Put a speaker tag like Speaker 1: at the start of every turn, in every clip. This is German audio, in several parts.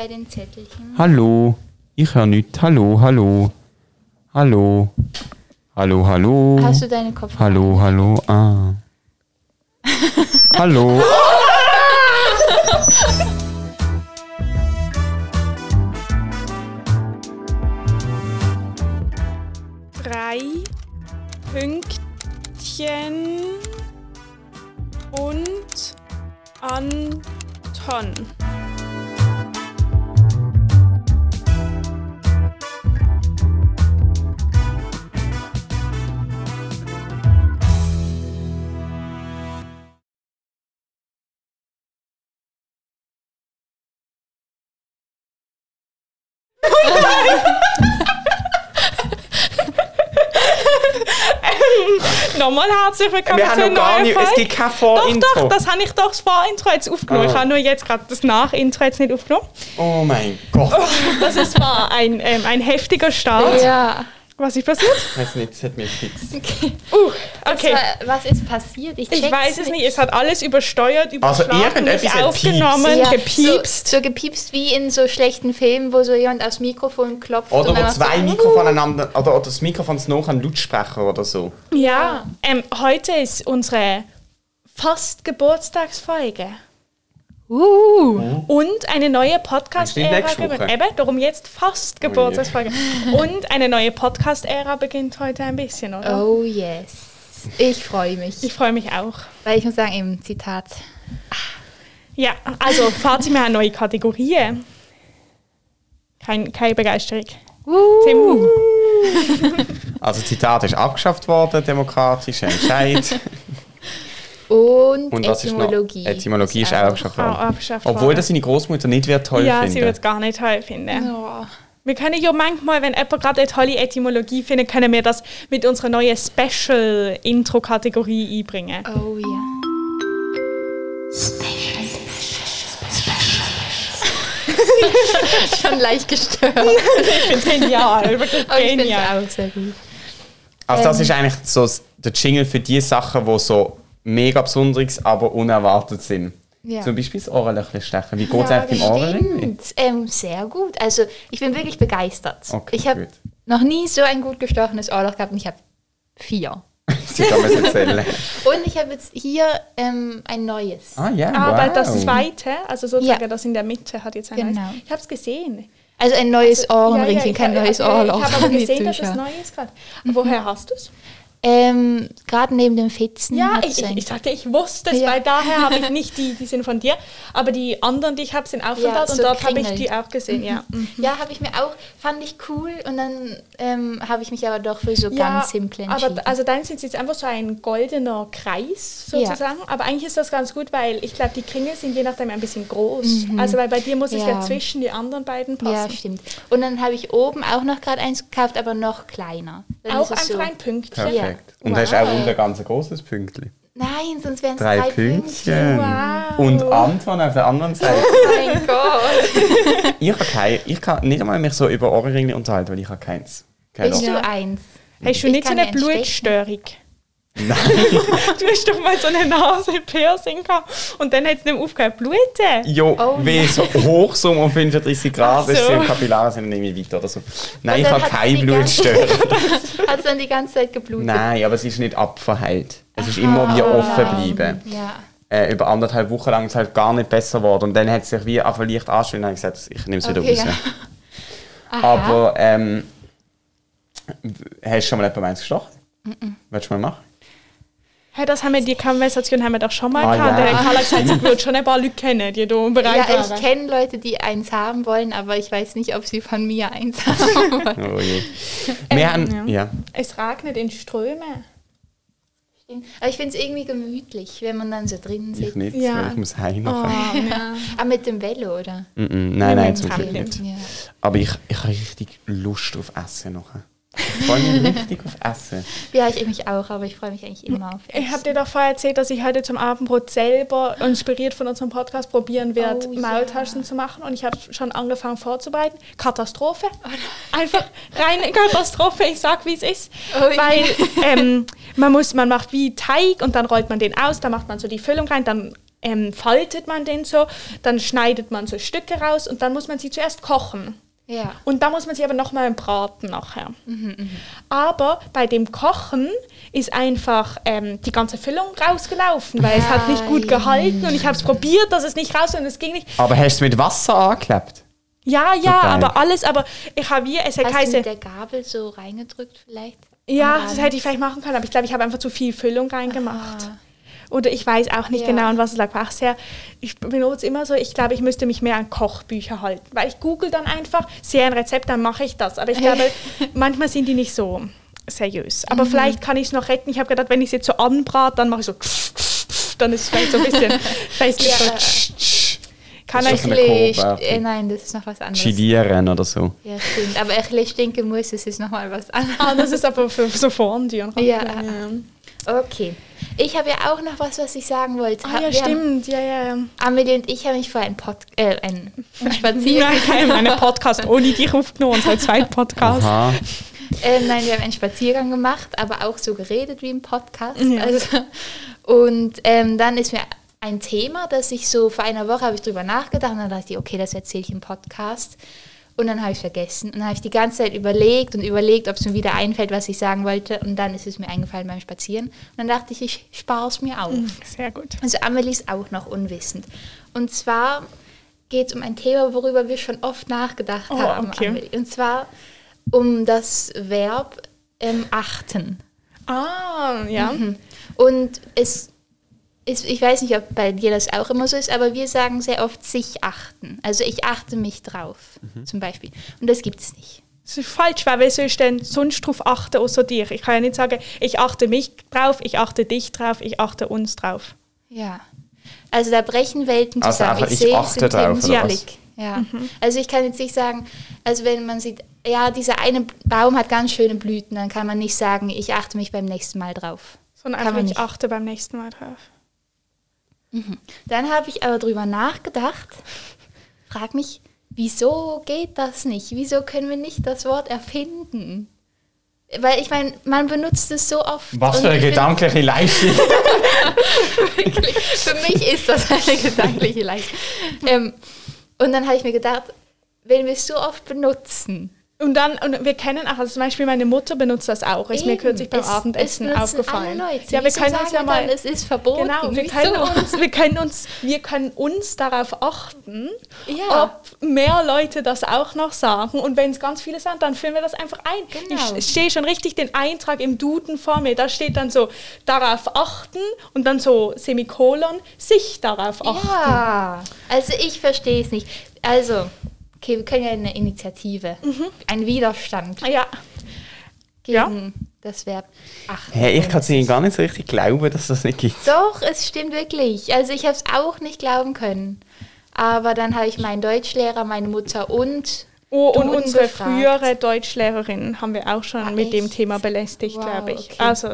Speaker 1: bei den Zettelchen.
Speaker 2: Hallo, ich höre nichts. Hallo, hallo. Hallo. Hallo, hallo.
Speaker 1: Hast du deine Kopfhörer?
Speaker 2: Hallo, hallo. Ah. hallo.
Speaker 3: drei Pünktchen und Anton. Nochmal herzlich willkommen
Speaker 2: Wir
Speaker 3: zu
Speaker 2: haben noch
Speaker 3: einer
Speaker 2: gar
Speaker 3: neuen
Speaker 2: nicht, es
Speaker 3: Folge.
Speaker 2: gibt kein
Speaker 3: Doch,
Speaker 2: Vorintro.
Speaker 3: doch, das habe ich doch das Vorintro jetzt aufgenommen.
Speaker 2: Ah.
Speaker 3: Ich habe nur jetzt gerade das Nachintro jetzt nicht aufgenommen.
Speaker 2: oh mein Gott.
Speaker 3: Das ist war ein, ähm, ein heftiger Start.
Speaker 1: Ja.
Speaker 3: Was ist passiert?
Speaker 2: Ich weiß nicht, es hat mich gefixt.
Speaker 1: Okay.
Speaker 3: Uh, okay.
Speaker 1: Was, war- was ist passiert?
Speaker 3: Ich
Speaker 1: check's
Speaker 3: weiß es nicht. Es hat alles übersteuert,
Speaker 2: Also
Speaker 3: überschlagen,
Speaker 2: irgendetwas
Speaker 3: nicht
Speaker 2: hat
Speaker 3: aufgenommen,
Speaker 1: Ja,
Speaker 3: gepiepst.
Speaker 1: So, so gepiepst wie in so schlechten Filmen, wo so jemand aufs Mikrofon klopft.
Speaker 2: Oder
Speaker 1: und
Speaker 2: wo
Speaker 1: dann macht
Speaker 2: zwei
Speaker 1: so, "Uh."
Speaker 2: Mikrofone aneinander, oder, oder das Mikrofon ist noch ein Lautsprecher oder so.
Speaker 3: Ja, ähm, heute ist unsere fast Geburtstagsfolge. Oh.
Speaker 1: Uh.
Speaker 3: Und eine neue
Speaker 2: Dann
Speaker 3: Podcast-Ära
Speaker 2: steht nächste
Speaker 3: beginnt.
Speaker 2: Woche.
Speaker 3: Eben, darum jetzt fast Geburtstagsfolge. Und eine neue Podcast-Ära beginnt heute ein bisschen, oder?
Speaker 1: Oh yes. Ich freue mich.
Speaker 3: Ich freue mich auch.
Speaker 1: Weil ich muss sagen, eben Zitat.
Speaker 3: Ja, also Fazit, wir haben neue Kategorien. Kein, keine Begeisterung.
Speaker 1: Uh.
Speaker 3: Tim,
Speaker 2: Also Zitat ist abgeschafft worden, demokratisch, Entscheid.
Speaker 1: Und,
Speaker 2: Und was ist noch?
Speaker 1: Etymologie.
Speaker 2: Etymologie ist auch abgeschafft
Speaker 3: auch
Speaker 2: worden.
Speaker 3: abgeschafft
Speaker 2: Obwohl
Speaker 3: worden.
Speaker 2: das seine Großmutter nicht wird toll
Speaker 3: ja,
Speaker 2: finden.
Speaker 3: sie wird es gar nicht toll finden.
Speaker 1: Oh.
Speaker 3: Wir können ja manchmal, wenn jemand gerade eine tolle Etymologie findet, können wir das mit unserer neuen Special-Intro-Kategorie einbringen.
Speaker 1: oh ja. Schon leicht gestört. Aber
Speaker 3: Ich finde es genial, wirklich
Speaker 1: Oh, ich finde
Speaker 3: genial.
Speaker 1: es auch sehr gut.
Speaker 2: Also
Speaker 3: ähm,
Speaker 2: das ist eigentlich so s- der Jingle für die Sachen, die so mega besonderes, aber unerwartet sind.
Speaker 1: Ja.
Speaker 2: Zum Beispiel das Ohrenlöchchen stechen. Wie geht es
Speaker 1: Ja,
Speaker 2: eigentlich im
Speaker 1: das
Speaker 2: Ohrenlöchchen?
Speaker 1: stimmt. Ähm, sehr gut. Also ich bin wirklich begeistert.
Speaker 2: Okay,
Speaker 1: ich habe
Speaker 2: gut.
Speaker 1: noch nie so ein gut gestochenes Ohrloch gehabt und ich habe vier.
Speaker 2: Sie kann mir erzählen.
Speaker 1: Und ich habe jetzt hier ähm, ein neues.
Speaker 2: ah ja,
Speaker 3: Aber
Speaker 2: wow.
Speaker 3: das zweite, also sozusagen
Speaker 1: Ja.
Speaker 3: das in der Mitte, hat jetzt ein
Speaker 1: Genau.
Speaker 3: neues. Ich habe es gesehen.
Speaker 1: Also ein neues
Speaker 3: Ja, ja,
Speaker 1: Ohrenringchen,
Speaker 3: ich
Speaker 1: kein
Speaker 3: hab-
Speaker 1: neues
Speaker 3: ja,
Speaker 1: Ohrloch.
Speaker 3: Ich habe aber
Speaker 1: an die
Speaker 3: gesehen, dass es
Speaker 1: Zuschauer.
Speaker 3: neu ist gerade. Woher hast du es?
Speaker 1: ähm, Gerade neben dem Fetzen.
Speaker 3: Ja,
Speaker 1: hat
Speaker 3: ich,
Speaker 1: so
Speaker 3: ich,
Speaker 1: ein-
Speaker 3: ich sagte, ich wusste es,
Speaker 1: Ja.
Speaker 3: weil daher habe ich nicht die, die sind von dir, aber die anderen, die ich habe, sind auch von
Speaker 1: Ja,
Speaker 3: dort und
Speaker 1: so
Speaker 3: dort habe ich
Speaker 1: Kringel. Mhm.
Speaker 3: die auch gesehen, ja. Mhm.
Speaker 1: ja, habe ich mir auch, fand ich cool und dann ähm, habe ich mich aber doch für so
Speaker 3: Mhm. ja,
Speaker 1: ganz simple
Speaker 3: aber
Speaker 1: entschieden.
Speaker 3: d- also dein ist jetzt einfach so ein goldener Kreis
Speaker 1: Ja.
Speaker 3: sozusagen, aber eigentlich ist das ganz gut, weil ich glaube, die Kringel sind je nachdem ein bisschen groß. Also weil bei dir muss ich ja
Speaker 1: Mhm. Ja.
Speaker 3: zwischen die anderen beiden
Speaker 1: ja,
Speaker 3: passen.
Speaker 1: stimmt. Und dann habe ich oben auch noch gerade eins gekauft, aber noch kleiner. Dann ist es
Speaker 3: auch einfach
Speaker 1: so-
Speaker 3: ein Pünktchen.
Speaker 2: Perfekt.
Speaker 3: Ja.
Speaker 2: Und hast
Speaker 3: Wow.
Speaker 2: auch unten ein ganz großes Pünktchen.
Speaker 1: Nein, sonst wären es
Speaker 2: Drei,
Speaker 1: drei,
Speaker 2: Pünktchen.
Speaker 3: Wow.
Speaker 2: Und Anton auf der anderen Seite.
Speaker 1: Pünktchen. Mein Gott.
Speaker 2: ich, habe kein, ich kann nicht einmal mich so über Ohrenringe unterhalten, weil ich habe keins. Kein
Speaker 1: Bist
Speaker 2: Ohr.
Speaker 1: du eins?
Speaker 3: Hast du
Speaker 1: Ich
Speaker 3: nicht so
Speaker 1: kann
Speaker 3: eine
Speaker 1: ja entstecken.
Speaker 3: Blutstörung? Nein. du hast doch mal so eine Nase-Piercing gehabt und dann hat es nicht mehr aufgehört. Bluten?
Speaker 2: Jo,
Speaker 1: Oh
Speaker 2: wie so hoch so um 35 Grad
Speaker 3: Ach
Speaker 2: ist,
Speaker 3: so.
Speaker 2: die Kapillare sind nicht mehr weit oder so. Nein,
Speaker 1: Und
Speaker 2: ich
Speaker 1: dann
Speaker 2: habe
Speaker 1: hat's
Speaker 2: keine
Speaker 1: die ganze-
Speaker 2: Blutstörung.
Speaker 1: Hat es dann die ganze Zeit geblutet?
Speaker 2: Nein, aber es ist nicht abverheilt. Es ist immer wie offen geblieben.
Speaker 1: Ja.
Speaker 2: Äh, über anderthalb Wochen lang ist es halt gar nicht besser geworden. Und dann hat es sich wie ah, auf leicht angeschwollen und habe ich gesagt, ich nehme es wieder
Speaker 1: Okay,
Speaker 2: raus.
Speaker 1: ja. Aha.
Speaker 2: Aber ähm, w- hast du schon mal jemanden eins gestochen? Willst du mal machen?
Speaker 3: Hey, das haben wir, die Konversation haben wir doch schon mal
Speaker 2: Ah,
Speaker 3: gehabt.
Speaker 2: ja.
Speaker 3: Der Karl hat gesagt, ich würde schon ein paar Leute kennen, die da bereit
Speaker 1: ja, ich
Speaker 3: haben.
Speaker 1: kenne Leute, die eins haben wollen, aber ich weiß nicht, ob sie von mir eins haben wollen.
Speaker 2: Oh je.
Speaker 1: Ähm,
Speaker 2: Wir haben, ja.
Speaker 3: Es regnet in Strömen.
Speaker 1: Aber ich finde es irgendwie gemütlich, wenn man dann so drin
Speaker 2: Ich
Speaker 1: sitzt.
Speaker 2: nicht,
Speaker 3: Ja.
Speaker 2: weil ich muss heim nachher.
Speaker 1: Ah, mit dem Velo, oder?
Speaker 2: Mm -mm. Nein, nein, zum
Speaker 3: Trampolin.
Speaker 2: Glück nicht.
Speaker 1: Ja.
Speaker 2: Aber ich, ich habe richtig Lust auf Essen nachher. Ich freue mich richtig auf Essen.
Speaker 1: Ja, ich mich auch, aber ich freue mich eigentlich immer auf.
Speaker 3: Ich habe dir doch vorher erzählt, dass ich heute zum Abendbrot selber, inspiriert von unserem Podcast, probieren werde,
Speaker 1: Oh, ja.
Speaker 3: Maultaschen zu machen. Und ich habe schon angefangen vorzubereiten. Katastrophe.
Speaker 1: Oh
Speaker 3: Einfach reine Katastrophe. Ich sag, wie es ist.
Speaker 1: Oh, ja.
Speaker 3: Weil ähm, man muss, man macht wie Teig und dann rollt man den aus, dann macht man so die Füllung rein, dann ähm, faltet man den so, dann schneidet man so Stücke raus und dann muss man sie zuerst kochen.
Speaker 1: Ja.
Speaker 3: Und da muss man sie aber nochmal braten nachher.
Speaker 1: Mhm,
Speaker 3: aber bei dem Kochen ist einfach ähm, die ganze Füllung rausgelaufen, weil es hat nicht gut
Speaker 1: Nein.
Speaker 3: gehalten und ich habe es probiert, dass es nicht raus und es ging nicht.
Speaker 2: Aber hast du es mit Wasser angeklebt?
Speaker 3: Ja, ja,
Speaker 2: Total.
Speaker 3: aber alles, aber ich habe hier, es hat
Speaker 1: Hast du
Speaker 3: heiße,
Speaker 1: mit der Gabel so reingedrückt vielleicht?
Speaker 3: ja,
Speaker 1: am
Speaker 3: das
Speaker 1: Abend?
Speaker 3: hätte ich vielleicht machen können, aber ich glaube, ich habe einfach zu viel Füllung reingemacht. Oder ich weiß auch nicht
Speaker 1: Ja.
Speaker 3: genau, an was es lag. War auch sehr, ich benutze es immer so, ich glaube, ich müsste mich mehr an Kochbücher halten, weil ich google dann einfach, sehe ein Rezept, dann mache ich das. Aber ich glaube, manchmal sind die nicht so seriös. Aber vielleicht kann ich es noch retten. Ich habe gedacht, wenn ich es jetzt so anbrate, dann mache ich so, dann ist es vielleicht so ein bisschen, vielleicht ist es
Speaker 1: Ja.
Speaker 3: so, kann
Speaker 2: Das
Speaker 3: ich
Speaker 2: ist eine
Speaker 1: Eklig.
Speaker 2: Kobe.
Speaker 1: Äh, nein, das ist noch was anderes.
Speaker 2: Chilieren oder so.
Speaker 1: Ja, stimmt. Aber eklig stinken muss, das ist nochmal was anderes.
Speaker 3: Ah, das ist aber für so Fondue.
Speaker 1: Ja. Okay. Ich habe ja auch noch was, was ich sagen wollte.
Speaker 3: Ah, ja,
Speaker 1: Wir haben-
Speaker 3: stimmt. Ja, ja, ja.
Speaker 1: Amelie und ich haben mich vor einem Pod äh, einen Spaziergang.
Speaker 3: Nein, kein meine Podcast ohne dich aufgenommen, unser zweiter Podcast.
Speaker 2: Aha.
Speaker 1: Ähm, nein, wir haben einen Spaziergang gemacht, aber auch so geredet wie im Podcast.
Speaker 3: Ja.
Speaker 1: Also, und ähm, dann ist mir ein Thema, das ich so vor einer Woche habe ich drüber nachgedacht und dann dachte ich, okay, das erzähle ich im Podcast. Und dann habe ich es vergessen. Und dann habe ich die ganze Zeit überlegt und überlegt, ob es mir wieder einfällt, was ich sagen wollte. Und dann ist es mir eingefallen beim Spazieren. Und dann dachte ich, ich spare es mir auf.
Speaker 3: Sehr gut.
Speaker 1: Also Amelie ist auch noch unwissend. Und zwar geht es um ein Thema, worüber wir schon oft nachgedacht
Speaker 3: Oh,
Speaker 1: haben.
Speaker 3: okay.
Speaker 1: Amelie. Und zwar um das Verb ähm, achten.
Speaker 3: Ah, ja.
Speaker 1: Mhm. Und es ist, ich weiß nicht, ob bei dir das auch immer so ist, aber wir sagen sehr oft sich achten. Also ich achte mich drauf,
Speaker 3: Mhm.
Speaker 1: zum Beispiel. Und das gibt es nicht.
Speaker 3: Das ist falsch, weil wer soll denn sonst drauf achten außer dir? Ich kann ja nicht sagen, ich achte mich drauf, ich achte dich drauf, ich achte uns drauf.
Speaker 1: Ja. Also da brechen Welten
Speaker 2: Also
Speaker 1: zusammen.
Speaker 2: einfach, ich
Speaker 1: sehe es
Speaker 2: achte
Speaker 1: im
Speaker 2: drauf,
Speaker 1: täglichen
Speaker 3: oder
Speaker 2: was?
Speaker 1: Blick. Ja.
Speaker 3: Mhm.
Speaker 1: Also ich kann jetzt nicht sagen, also wenn man sieht, ja, dieser eine Baum hat ganz schöne Blüten, dann kann man nicht sagen, ich achte mich beim nächsten Mal drauf.
Speaker 3: Sondern
Speaker 1: Kann
Speaker 3: einfach,
Speaker 1: man
Speaker 3: ich
Speaker 1: nicht.
Speaker 3: achte beim nächsten Mal drauf.
Speaker 1: Dann habe ich aber drüber nachgedacht, frag mich, wieso geht das nicht? Wieso können wir nicht das Wort erfinden? Weil ich meine, man benutzt es so oft.
Speaker 2: Was
Speaker 1: und
Speaker 2: für eine
Speaker 1: ich find-
Speaker 2: gedankliche Leistung.
Speaker 1: Für mich ist das eine gedankliche Leistung. Ähm, und dann habe ich mir gedacht, wenn wir es so oft benutzen,
Speaker 3: Und dann, und wir kennen auch, also zum Beispiel meine Mutter benutzt das auch, ist mir
Speaker 1: Eben,
Speaker 3: kürzlich beim
Speaker 1: es-
Speaker 3: Abendessen
Speaker 1: es nutzen
Speaker 3: aufgefallen.
Speaker 1: Alle Leute.
Speaker 3: Ja, wir
Speaker 1: Wieso
Speaker 3: können uns
Speaker 1: sagen
Speaker 3: ja
Speaker 1: wir
Speaker 3: mal.
Speaker 1: Dann, es ist verboten.
Speaker 3: Genau, wir
Speaker 1: Wieso?
Speaker 3: können, uns, wir, können uns, wir können uns darauf achten,
Speaker 1: Ja.
Speaker 3: ob mehr Leute das auch noch sagen. Und wenn es ganz viele sind, dann füllen wir das einfach ein.
Speaker 1: Genau.
Speaker 3: Ich sehe schon richtig den Eintrag im Duden vor mir. Da steht dann so, darauf achten und dann so Semikolon, sich darauf achten.
Speaker 1: Ja, also ich verstehe es nicht. Also, okay, wir können ja eine Initiative, ein Widerstand
Speaker 3: Ja,
Speaker 1: gegen
Speaker 3: Ja.
Speaker 1: das Verb achten.
Speaker 2: Hey, ich kann es gar nicht so richtig glauben, dass das nicht gibt.
Speaker 1: Doch, es stimmt wirklich. Also ich habe es auch nicht glauben können. Aber dann habe ich meinen Deutschlehrer, meine Mutter und
Speaker 3: Oh, und
Speaker 1: Duden
Speaker 3: unsere
Speaker 1: gefragt.
Speaker 3: frühere Deutschlehrerin haben wir auch schon
Speaker 1: Ah,
Speaker 3: mit dem
Speaker 1: echt?
Speaker 3: Thema belästigt,
Speaker 1: Wow,
Speaker 3: glaube ich.
Speaker 1: okay. Mhm.
Speaker 3: Also,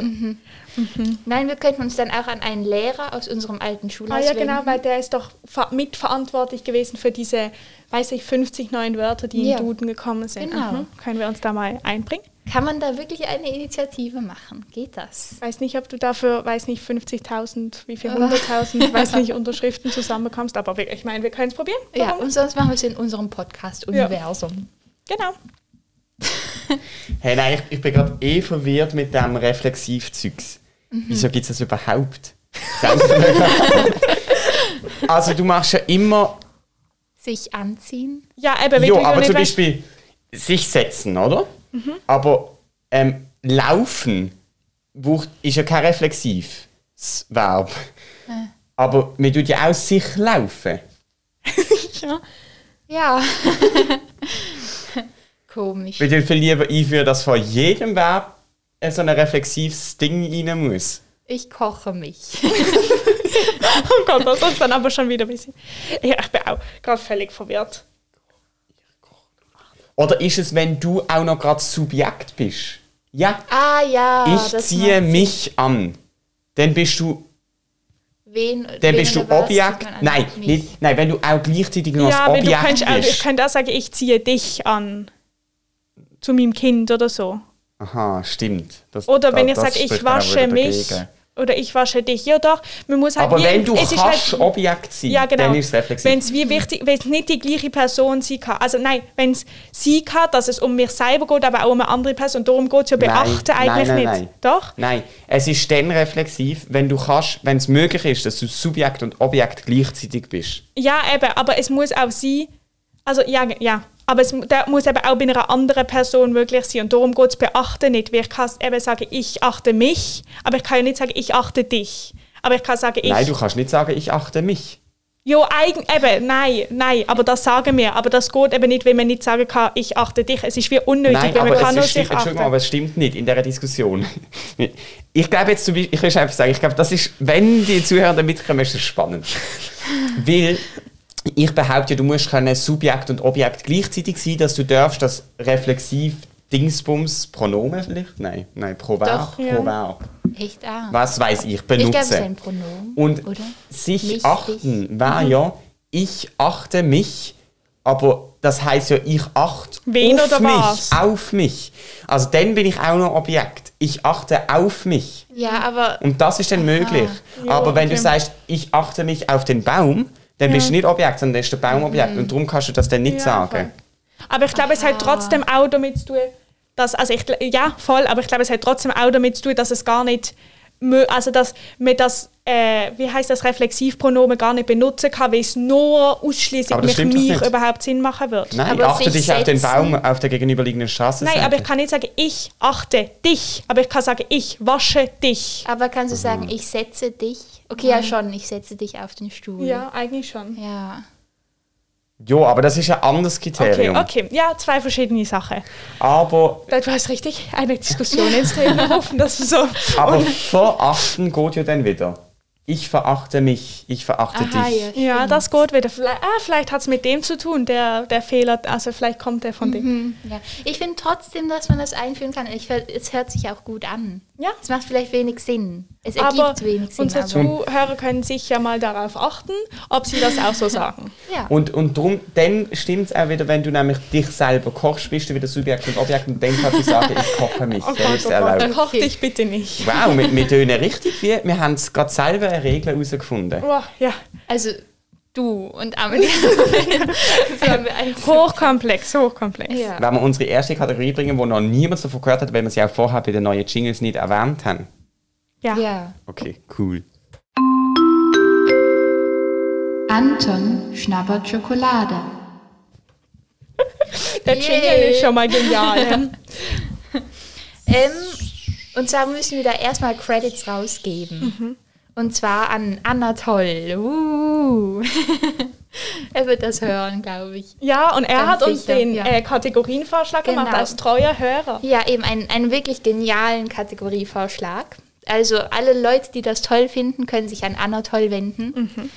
Speaker 1: Nein, wir könnten uns dann auch an einen Lehrer aus unserem alten Schulhaus
Speaker 3: ah, ja,
Speaker 1: wenden.
Speaker 3: genau, weil der ist doch ver- mitverantwortlich gewesen für diese, weiß ich, 50 neuen Wörter, die
Speaker 1: Ja.
Speaker 3: in Duden gekommen sind. Mhm.
Speaker 1: Genau.
Speaker 3: Können wir uns da mal einbringen?
Speaker 1: Kann man da wirklich eine Initiative machen? Geht das?
Speaker 3: Weiß nicht, ob du dafür, weiß nicht, 50.000, wie viel, 100.000, weiß nicht, Unterschriften zusammenkommst, aber wir, ich meine, wir können es probieren.
Speaker 1: Ja,
Speaker 3: Warum?
Speaker 1: und sonst machen wir es in unserem Podcast-Universum.
Speaker 3: Genau.
Speaker 2: Hey, nein, ich, ich bin gerade eh verwirrt mit dem Reflexivzeugs.
Speaker 3: Mhm.
Speaker 2: Wieso gibt es das überhaupt? also du machst ja immer...
Speaker 1: Sich anziehen.
Speaker 3: Ja, aber wirklich
Speaker 2: Jo,
Speaker 3: noch
Speaker 2: aber
Speaker 3: nicht
Speaker 2: zum
Speaker 3: weißt- Mhm.
Speaker 2: Beispiel sich setzen, oder? Aber ähm, laufen braucht- ist ja kein reflexives Verb.
Speaker 3: Äh.
Speaker 2: Aber man tut ja auch sich laufen.
Speaker 3: ja.
Speaker 1: Ja. Komisch.
Speaker 2: Ich würde viel lieber einführen, dass vor jedem Verb äh, so ein reflexives Ding rein muss.
Speaker 1: Ich koche mich.
Speaker 3: Oh Gott, das ist dann aber schon wieder ein bisschen. Ja, ich bin auch gerade völlig verwirrt.
Speaker 2: Oder ist es, wenn du auch noch gerade Subjekt bist? Ja,
Speaker 1: Ah ja.
Speaker 2: ich
Speaker 1: das
Speaker 2: ziehe
Speaker 1: macht-
Speaker 2: mich an. Dann bist du,
Speaker 1: Wen,
Speaker 2: dann
Speaker 1: wen
Speaker 2: bist du
Speaker 1: oder was
Speaker 2: Objekt.
Speaker 1: sieht man an?
Speaker 2: Nein,
Speaker 1: Mich.
Speaker 2: nicht, nein, wenn du auch gleichzeitig noch
Speaker 3: ja, aber
Speaker 2: das
Speaker 3: du äh, kannst
Speaker 2: Objekt
Speaker 3: auch, ich
Speaker 2: bist.
Speaker 3: könnte auch sagen, ich ziehe dich an. Zu meinem Kind oder so.
Speaker 2: Aha, stimmt. Das-
Speaker 3: Oder wenn
Speaker 2: da-
Speaker 3: ich
Speaker 2: das
Speaker 3: sage, ich
Speaker 2: spricht dann auch
Speaker 3: wasche
Speaker 2: wieder
Speaker 3: mich.
Speaker 2: dagegen.
Speaker 3: Oder ich wasche dich. Ja, doch. Man muss halt
Speaker 2: Aber
Speaker 3: nie-
Speaker 2: wenn du
Speaker 3: es ist
Speaker 2: kannst
Speaker 3: halt-
Speaker 2: Objekt sein,
Speaker 3: ja, genau.
Speaker 2: dann ist es reflexiv.
Speaker 3: Wenn es wie wichtig, wenn es nicht die gleiche Person sie kann. Also nein, wenn es sie kann, dass es um mich selber geht, aber auch um eine andere Person. Darum geht es ja beachten eigentlich
Speaker 2: nein,
Speaker 3: nicht.
Speaker 2: Nein.
Speaker 3: Doch?
Speaker 2: Nein, es ist dann reflexiv, wenn du kannst, wenn es möglich ist, dass du Subjekt und Objekt gleichzeitig bist.
Speaker 3: Ja, eben, aber es muss auch sie. Also ja, ja. Aber es mu- da muss eben auch bei einer anderen Person möglich sein. Und darum geht es beachten nicht. Weil ich kann eben sagen, ich achte mich, aber ich kann ja nicht sagen, ich achte dich. Aber ich kann sagen, ich.
Speaker 2: Nein, du kannst nicht sagen, ich achte mich.
Speaker 3: Ja, eigen, eben, nein, nein, aber das sagen wir. Aber das geht eben nicht, wenn man nicht sagen kann, ich achte dich. Es ist wie unnötig,
Speaker 2: Nein,
Speaker 3: weil man
Speaker 2: aber
Speaker 3: kann
Speaker 2: es,
Speaker 3: nur
Speaker 2: ist,
Speaker 3: sich
Speaker 2: stimmt,
Speaker 3: achten.
Speaker 2: Entschuldigung, aber es stimmt nicht in dieser Diskussion. Ich glaube jetzt zum Beispiel, ich will schon einfach sagen, ich glaube, das ist, wenn die Zuhörer mitkommen, ist das spannend. Weil ich behaupte, du musst können Subjekt und Objekt gleichzeitig sein, dass du darfst das reflexiv Dingsbums, Pronomen vielleicht? Nein, nein, Proverb,
Speaker 1: Doch,
Speaker 3: ja.
Speaker 2: Proverb.
Speaker 1: Echt auch.
Speaker 2: Was weiß ich,
Speaker 1: ich
Speaker 2: benutzen.
Speaker 1: glaube, es ist ein Pronomen.
Speaker 2: Und
Speaker 1: oder?
Speaker 2: sich
Speaker 1: Mich, Mhm.
Speaker 2: achten war ja, ich achte mich, aber das heißt ja, ich achte
Speaker 3: Wen
Speaker 2: auf
Speaker 3: oder
Speaker 2: mich,
Speaker 3: was?
Speaker 2: auf mich. Also dann bin ich auch noch Objekt. Ich achte auf mich.
Speaker 1: Ja, aber
Speaker 2: Und das ist dann möglich.
Speaker 3: Ja,
Speaker 2: aber wenn du
Speaker 3: okay.
Speaker 2: sagst, ich achte mich auf den Baum, dann bist du nicht Objekt, sondern dann ist der Baum Objekt.
Speaker 1: Mhm.
Speaker 2: Und darum kannst du das dann nicht
Speaker 3: Ja,
Speaker 2: sagen.
Speaker 3: Aber ich glaube, es hat trotzdem auch damit zu tun, dass, also ich, gl- ja, voll, aber ich glaube, es hat trotzdem auch damit zu tun, dass es gar nicht, mö- also dass man das, äh, wie heißt das, Reflexivpronomen gar nicht benutzen kann, weil es nur ausschließlich
Speaker 2: Aber das
Speaker 3: mit
Speaker 2: stimmt doch
Speaker 3: mir
Speaker 2: nicht.
Speaker 3: überhaupt Sinn machen wird.
Speaker 2: Nein,
Speaker 1: Aber
Speaker 2: achte
Speaker 1: sich
Speaker 2: dich auf den
Speaker 1: setzen-
Speaker 2: Baum auf der gegenüberliegenden Straße.
Speaker 3: Nein,
Speaker 2: sagen.
Speaker 3: aber ich kann nicht sagen, ich achte dich, aber ich kann sagen, ich wasche dich.
Speaker 1: Aber kannst
Speaker 2: Mhm.
Speaker 1: du sagen, ich setze dich? Okay,
Speaker 3: Mhm.
Speaker 1: ja schon, ich setze dich auf den Stuhl.
Speaker 3: eigentlich schon.
Speaker 1: Ja.
Speaker 2: Jo, aber das ist ein anderes
Speaker 3: Okay,
Speaker 2: Kriterium.
Speaker 3: okay, ja, zwei verschiedene Sachen.
Speaker 2: Aber
Speaker 3: Du hast richtig eine Diskussion ins Leben gerufen, dass wir so.
Speaker 2: Aber verachten geht ja dann wieder. Ich verachte mich, ich verachte
Speaker 1: Aha,
Speaker 2: dich.
Speaker 1: ja.
Speaker 3: Ja, das geht wieder. Vielleicht, ah, vielleicht hat es mit dem zu tun, der, der Fehler, also vielleicht kommt der
Speaker 1: Mhm.
Speaker 3: von dem.
Speaker 1: ja. Ich finde trotzdem, dass man das einführen kann. Ich, ver- es hört sich auch gut an.
Speaker 3: Ja.
Speaker 1: Es macht vielleicht wenig Sinn. Es ergibt
Speaker 3: Aber
Speaker 1: wenig Sinn.
Speaker 3: unsere
Speaker 1: Aber,
Speaker 3: Zuhörer können sich ja mal darauf achten, ob sie das auch so sagen.
Speaker 1: ja.
Speaker 2: Und, und drum, dann stimmt es auch wieder, wenn du nämlich dich selber kochst, bist du wieder Subjekt und Objekt und dann kannst du sagen, ich koche mich.
Speaker 3: Oh
Speaker 2: dann
Speaker 3: Gott,
Speaker 2: ist
Speaker 3: oh
Speaker 2: es
Speaker 3: Gott,
Speaker 2: erlaubt.
Speaker 3: koch
Speaker 1: Okay.
Speaker 3: dich bitte nicht.
Speaker 2: Wow, wir, wir tönen richtig wie, wir haben es gerade selber eine Regel herausgefunden.
Speaker 3: Oh, ja.
Speaker 1: Also du und Amelie. so haben wir einen
Speaker 3: Hochkomplex, hochkomplex.
Speaker 1: ja.
Speaker 2: Wenn wir unsere erste Kategorie bringen, wo noch niemand davon gehört hat, weil wir sie auch vorher bei den neuen Jingles nicht erwähnt haben.
Speaker 3: Ja.
Speaker 1: ja.
Speaker 2: Okay, cool.
Speaker 4: Anton schnabbert Schokolade.
Speaker 3: Der Jingle
Speaker 1: Yay.
Speaker 3: ist schon mal genial.
Speaker 1: Ähm, und zwar müssen wir da erstmal Credits rausgeben. Und zwar an Anatol. Uh. er wird das hören, glaube ich.
Speaker 3: ja, und er
Speaker 1: Ganz
Speaker 3: hat uns
Speaker 1: sicher,
Speaker 3: den
Speaker 1: ja.
Speaker 3: äh, Kategorienvorschlag gemacht
Speaker 1: Genau.
Speaker 3: als treuer Hörer.
Speaker 1: Ja, eben einen, einen wirklich genialen Kategorievorschlag. Also alle Leute, die das toll finden, können sich an Anatol wenden.
Speaker 3: Mhm.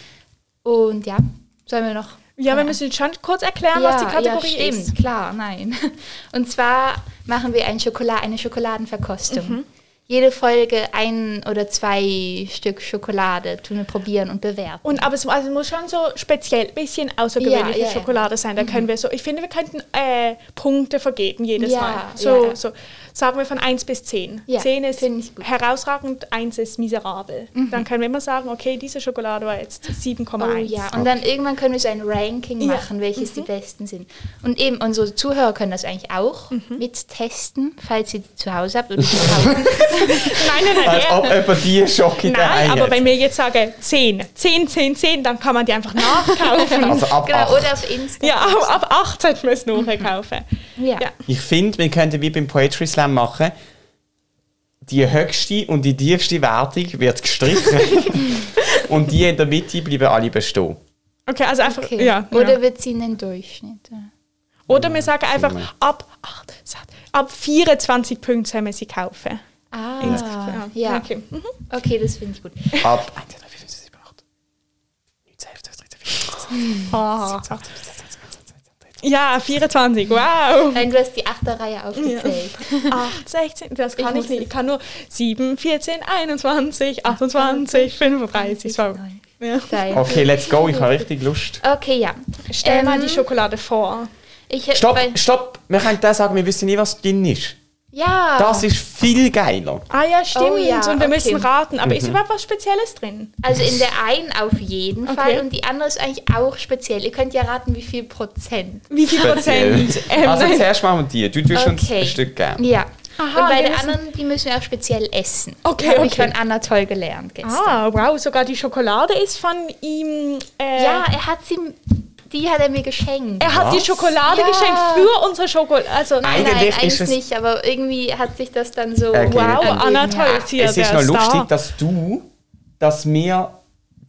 Speaker 1: Und ja, sollen wir noch
Speaker 3: Ja, wir müssen schon kurz erklären, Ah, was die Kategorie
Speaker 1: ja, stimmt,
Speaker 3: ist.
Speaker 1: klar, nein. Und zwar machen wir ein Schokola eine Schokoladenverkostung.
Speaker 3: Mhm.
Speaker 1: Jede Folge ein oder zwei Stück Schokolade tun wir probieren und bewerten.
Speaker 3: Und aber es mu- also muss schon so speziell ein bisschen außergewöhnliche
Speaker 1: Ja, ja, ja.
Speaker 3: Schokolade sein. Da können wir so, ich finde, wir könnten äh, Punkte vergeben jedes
Speaker 1: Ja,
Speaker 3: Mal. So,
Speaker 1: ja.
Speaker 3: so sagen wir von 1 bis 10.
Speaker 1: Ja,
Speaker 3: 10 ist
Speaker 1: finde ich gut. Mhm.
Speaker 3: herausragend, 1 ist miserabel. Dann können wir immer sagen, okay, diese Schokolade war jetzt 7,1.
Speaker 1: Oh ja, und dann irgendwann können wir so ein Ranking
Speaker 3: Ja. Mhm.
Speaker 1: machen, welches die besten sind. Und eben unsere Zuhörer können das eigentlich auch
Speaker 3: Mhm.
Speaker 1: mittesten, falls ihr die zu Hause habt oder die kaufen.
Speaker 3: Nein, nein, nein.
Speaker 2: Als
Speaker 3: er-
Speaker 2: ob jemand die Schock in der
Speaker 3: Nein,
Speaker 2: Reihe
Speaker 3: aber
Speaker 2: hat.
Speaker 3: wenn wir jetzt sagen 10, 10, 10, 10, dann kann man die einfach nachkaufen.
Speaker 2: Also ab
Speaker 1: genau,
Speaker 2: acht.
Speaker 1: oder auf Insta.
Speaker 3: ja, ab, ab 18 müssen wir nachkaufen.
Speaker 1: Ja.
Speaker 3: Ja.
Speaker 2: Ich finde, wir könnten wie beim Poetry Slam machen, die höchste und die tiefste Wertung wird gestrichen und die in der Mitte bleiben alle bestehen.
Speaker 3: Okay, also einfach,
Speaker 1: Okay.
Speaker 3: ja. ja.
Speaker 1: oder wir ziehen den Durchschnitt. ja.
Speaker 3: Oder wir sagen einfach,
Speaker 2: Summe.
Speaker 3: ab, acht, satt, ab 24 Punkten sollen wir sie kaufen.
Speaker 1: Ah, ja.
Speaker 3: Okay. Mhm.
Speaker 1: okay, das finde ich gut.
Speaker 2: Ab 1, 2, 3, 4, 5, 6, 7, 8. 9, 10, 11, 12, 13, 14,
Speaker 3: Ah.
Speaker 2: 15, 16, 17, 18, 19, 20, 21,
Speaker 3: Ja, 24, wow.
Speaker 1: Nein, du hast die achte Reihe aufgezählt.
Speaker 3: 8, 16, das kann
Speaker 1: Ich
Speaker 3: ich,
Speaker 1: muss
Speaker 3: nicht.
Speaker 1: es-
Speaker 3: Ich kann nur 7, 14, 21, 28, 35. So.
Speaker 1: Nein.
Speaker 3: Ja.
Speaker 1: Nein.
Speaker 2: 22. Okay, let's go, ich habe richtig Lust.
Speaker 1: Okay, ja.
Speaker 3: Stell mal
Speaker 1: Ähm,
Speaker 3: die Schokolade vor.
Speaker 1: Ich,
Speaker 2: Stopp,
Speaker 1: weil-
Speaker 2: stopp! Wir können das sagen, wir wissen nie, was drin ist.
Speaker 1: Ja.
Speaker 2: Das ist viel geiler.
Speaker 3: Ah ja, stimmt.
Speaker 1: Oh ja,
Speaker 3: und
Speaker 1: okay.
Speaker 3: wir müssen raten. Aber
Speaker 2: Mhm.
Speaker 3: ist überhaupt was Spezielles drin?
Speaker 1: also in der einen auf jeden
Speaker 3: Okay.
Speaker 1: Fall und die andere ist eigentlich auch speziell. Ihr könnt ja raten, wie viel Prozent.
Speaker 3: Wie viel Prozent? Ähm,
Speaker 2: also
Speaker 3: nein.
Speaker 2: zuerst machen wir die. Du tust uns
Speaker 1: Okay.
Speaker 2: ein Stück geben.
Speaker 1: Ja.
Speaker 3: Aha,
Speaker 1: und bei
Speaker 3: wir
Speaker 1: der
Speaker 3: müssen-
Speaker 1: anderen, die müssen wir auch speziell essen.
Speaker 3: Okay,
Speaker 1: Habe ich
Speaker 3: okay.
Speaker 1: von Anna toll gelernt gestern.
Speaker 3: Ah, wow, sogar die Schokolade ist von ihm. Äh,
Speaker 1: Ja, er hat sie, die hat er mir geschenkt.
Speaker 3: Er hat die
Speaker 2: Was?
Speaker 3: Schokolade
Speaker 1: Ja.
Speaker 3: geschenkt für unsere Schokolade. Also, nein.
Speaker 2: Ein-
Speaker 1: Nein,
Speaker 2: Eigentlich
Speaker 1: eigentlich
Speaker 2: ist es-
Speaker 1: nicht, aber irgendwie hat sich das dann so.
Speaker 2: Okay.
Speaker 3: Wow,
Speaker 2: Ein-
Speaker 3: Anna,
Speaker 1: Ja.
Speaker 3: toll ist hier.
Speaker 2: es ist
Speaker 3: der
Speaker 2: noch lustig,
Speaker 3: Star.
Speaker 2: dass du, dass wir,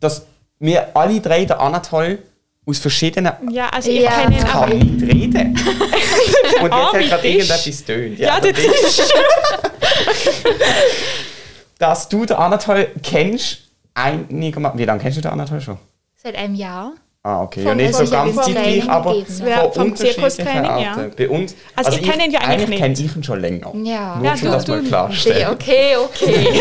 Speaker 2: dass wir alle drei, der Anatol, aus verschiedenen...
Speaker 3: Ja, also ich
Speaker 1: Ja.
Speaker 3: kenne ihn aber.
Speaker 2: kann nicht reden. Und jetzt hat
Speaker 3: arme
Speaker 2: gerade
Speaker 3: Tisch.
Speaker 2: irgendetwas also tönt.
Speaker 3: Ja,
Speaker 2: der
Speaker 3: der Tisch.
Speaker 2: dass du den Anatol kennst, einigermaßen... Wie lange kennst du den Anatol schon?
Speaker 1: Seit einem Jahr.
Speaker 2: Ah, okay.
Speaker 3: Vom-
Speaker 2: ja, nicht so
Speaker 1: vom-
Speaker 2: ganz
Speaker 1: vom
Speaker 2: zeitgleich,
Speaker 1: Training
Speaker 2: aber
Speaker 1: gegeben,
Speaker 2: von
Speaker 3: ja. Vom
Speaker 2: unterschiedlichen
Speaker 3: Zirkustraining, ja.
Speaker 2: Arten. Bei uns,
Speaker 3: Also ich kenne ihn ja eigentlich
Speaker 2: eigentlich
Speaker 3: nicht.
Speaker 2: kenne ich ihn schon länger.
Speaker 1: Ja.
Speaker 2: Nur,
Speaker 1: Ja,
Speaker 2: um
Speaker 3: du-
Speaker 2: das mal
Speaker 3: du-
Speaker 2: klarzustellen.
Speaker 3: eh
Speaker 1: Okay, okay.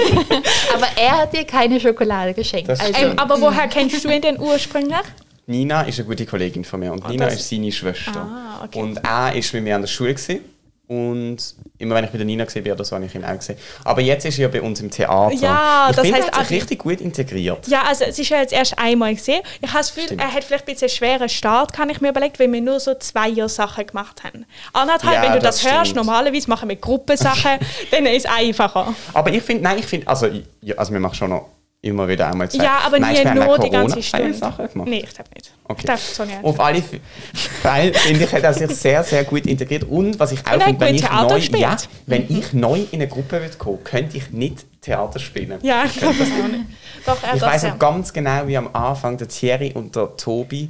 Speaker 1: aber er hat dir keine Schokolade geschenkt.
Speaker 2: Das
Speaker 1: Also,
Speaker 2: stimmt.
Speaker 3: Ähm, aber woher kennst du ihn denn ursprünglich?
Speaker 2: Nina ist eine gute Kollegin von mir und Nina
Speaker 3: Ah, das-
Speaker 2: ist seine Schwester.
Speaker 3: Ah, okay.
Speaker 2: Und er ist mit mir an der Schule gewesen. und immer wenn ich bei der Nina gesehen bin, oder so, habe ich ihn auch gesehen. Aber jetzt ist er ja bei uns im Theater.
Speaker 3: Ja,
Speaker 2: ich
Speaker 3: das
Speaker 2: finde,
Speaker 3: heisst,
Speaker 2: er hat
Speaker 3: Adi-
Speaker 2: sich richtig gut integriert.
Speaker 3: Ja, also es ist ja jetzt erst einmal gesehen. Ich habe das Gefühl,
Speaker 2: Stimmt.
Speaker 3: er hat vielleicht ein bisschen schweren Start, kann ich mir überlegen, weil wir nur so zwei Jahre Sachen gemacht haben. Anderthalb,
Speaker 2: Ja,
Speaker 3: wenn du
Speaker 2: das
Speaker 3: das, hörst,
Speaker 2: stimmt.
Speaker 3: normalerweise machen wir Gruppensachen, dann ist es einfacher.
Speaker 2: Aber ich finde, nein, ich finde, also, ich- ja, also wir machen schon noch immer wieder einmal zwei.
Speaker 3: Ja, aber
Speaker 2: Meinst
Speaker 3: nie
Speaker 2: du, wir haben
Speaker 3: nur
Speaker 2: auch
Speaker 3: die ganze
Speaker 2: Corona-freie
Speaker 3: Stunde.
Speaker 2: Sachen gemacht?
Speaker 3: Nee, ich darf nicht.
Speaker 2: Okay.
Speaker 3: Ich darf so nicht.
Speaker 2: Auf alle F- Fälle finde ich, hat er sich sehr, sehr gut integriert. Und was ich auch
Speaker 3: Und er hat
Speaker 2: finde, wenn,
Speaker 3: gut
Speaker 2: ich
Speaker 3: Theater Mhm.
Speaker 2: neu-
Speaker 3: gespielt.
Speaker 2: ja, wenn ich neu in eine Gruppe würde kommen, könnte ich nicht Theater spielen.
Speaker 3: ja, ich glaube das auch nicht. Doch, er
Speaker 2: Ich
Speaker 3: das
Speaker 2: weiß
Speaker 3: ja.
Speaker 2: noch ganz genau, wie am Anfang der Thierry und der Tobi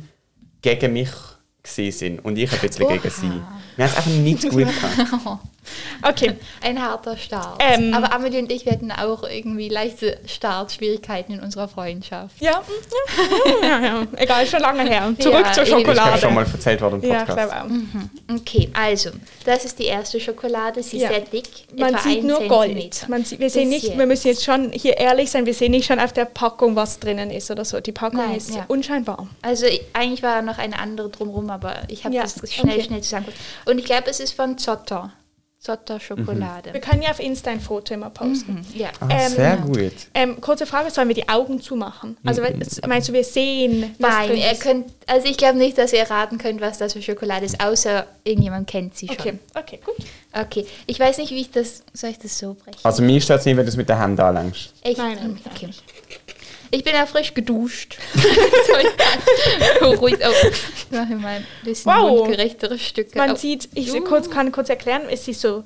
Speaker 2: gegen mich gesehen sind und ich ein bisschen gegen sie. Wir haben es einfach nicht gut gehabt.
Speaker 3: Okay,
Speaker 1: ein harter Start.
Speaker 3: Ähm.
Speaker 1: Aber Amelie und ich, wir hatten auch irgendwie leichte Startschwierigkeiten in unserer Freundschaft.
Speaker 3: ja, ja, ja, ja. Egal, schon lange her. Zurück
Speaker 1: Ja,
Speaker 3: zur
Speaker 1: eben.
Speaker 2: Ich
Speaker 3: Schokolade.
Speaker 2: habe schon mal erzählt worden im
Speaker 3: ja, ich
Speaker 2: Podcast.
Speaker 3: glaube auch.
Speaker 1: Mhm. Okay, also, das ist die erste Schokolade. Sie ist
Speaker 3: Ja.
Speaker 1: sehr dick.
Speaker 3: Man
Speaker 1: etwa
Speaker 3: sieht
Speaker 1: einen
Speaker 3: nur
Speaker 1: Zentimeter.
Speaker 3: Gold. Man sieht, wir, sehen
Speaker 1: Bis
Speaker 3: nicht,
Speaker 1: jetzt.
Speaker 3: wir müssen jetzt schon hier ehrlich sein, wir sehen nicht schon auf der Packung, was drinnen ist oder so. Die Packung
Speaker 1: Nein,
Speaker 3: ist
Speaker 1: ja.
Speaker 3: unscheinbar.
Speaker 1: Also i- eigentlich war noch eine andere drumherum, aber ich habe
Speaker 3: Ja,
Speaker 1: das schnell,
Speaker 3: okay.
Speaker 1: schnell zusammengefasst. Und ich glaube, es ist von Zotter. Zotter Schokolade. Mhm,
Speaker 3: Wir können ja auf Insta ein Foto immer posten.
Speaker 1: Ja.
Speaker 2: Ah,
Speaker 3: Ähm,
Speaker 2: sehr
Speaker 1: Mhm.
Speaker 2: gut.
Speaker 3: Ähm, kurze Frage, sollen wir die Augen zumachen? Also
Speaker 2: Mhm.
Speaker 3: we- s- meinst du, wir sehen, was
Speaker 1: Nein,
Speaker 3: drin
Speaker 1: ihr
Speaker 3: ist?
Speaker 1: könnt, also ich glaube nicht, dass ihr raten könnt, was das für Schokolade ist, außer irgendjemand kennt sie schon.
Speaker 3: Okay, okay, gut.
Speaker 1: Okay. Ich weiß nicht, wie ich das, soll ich das so brechen?
Speaker 2: Also mir stört es nicht, wenn du es mit den Händen anlängst.
Speaker 1: Echt?
Speaker 3: Nein, nein, nein.
Speaker 1: okay. Ich bin ja frisch geduscht. Soll ich das- Beruhigt auch. Ich mache mal ein bisschen
Speaker 3: Wow.
Speaker 1: mundgerechtere Stücke.
Speaker 3: Man
Speaker 1: Oh.
Speaker 3: sieht, ich se- kurz, kann kurz erklären, es ist so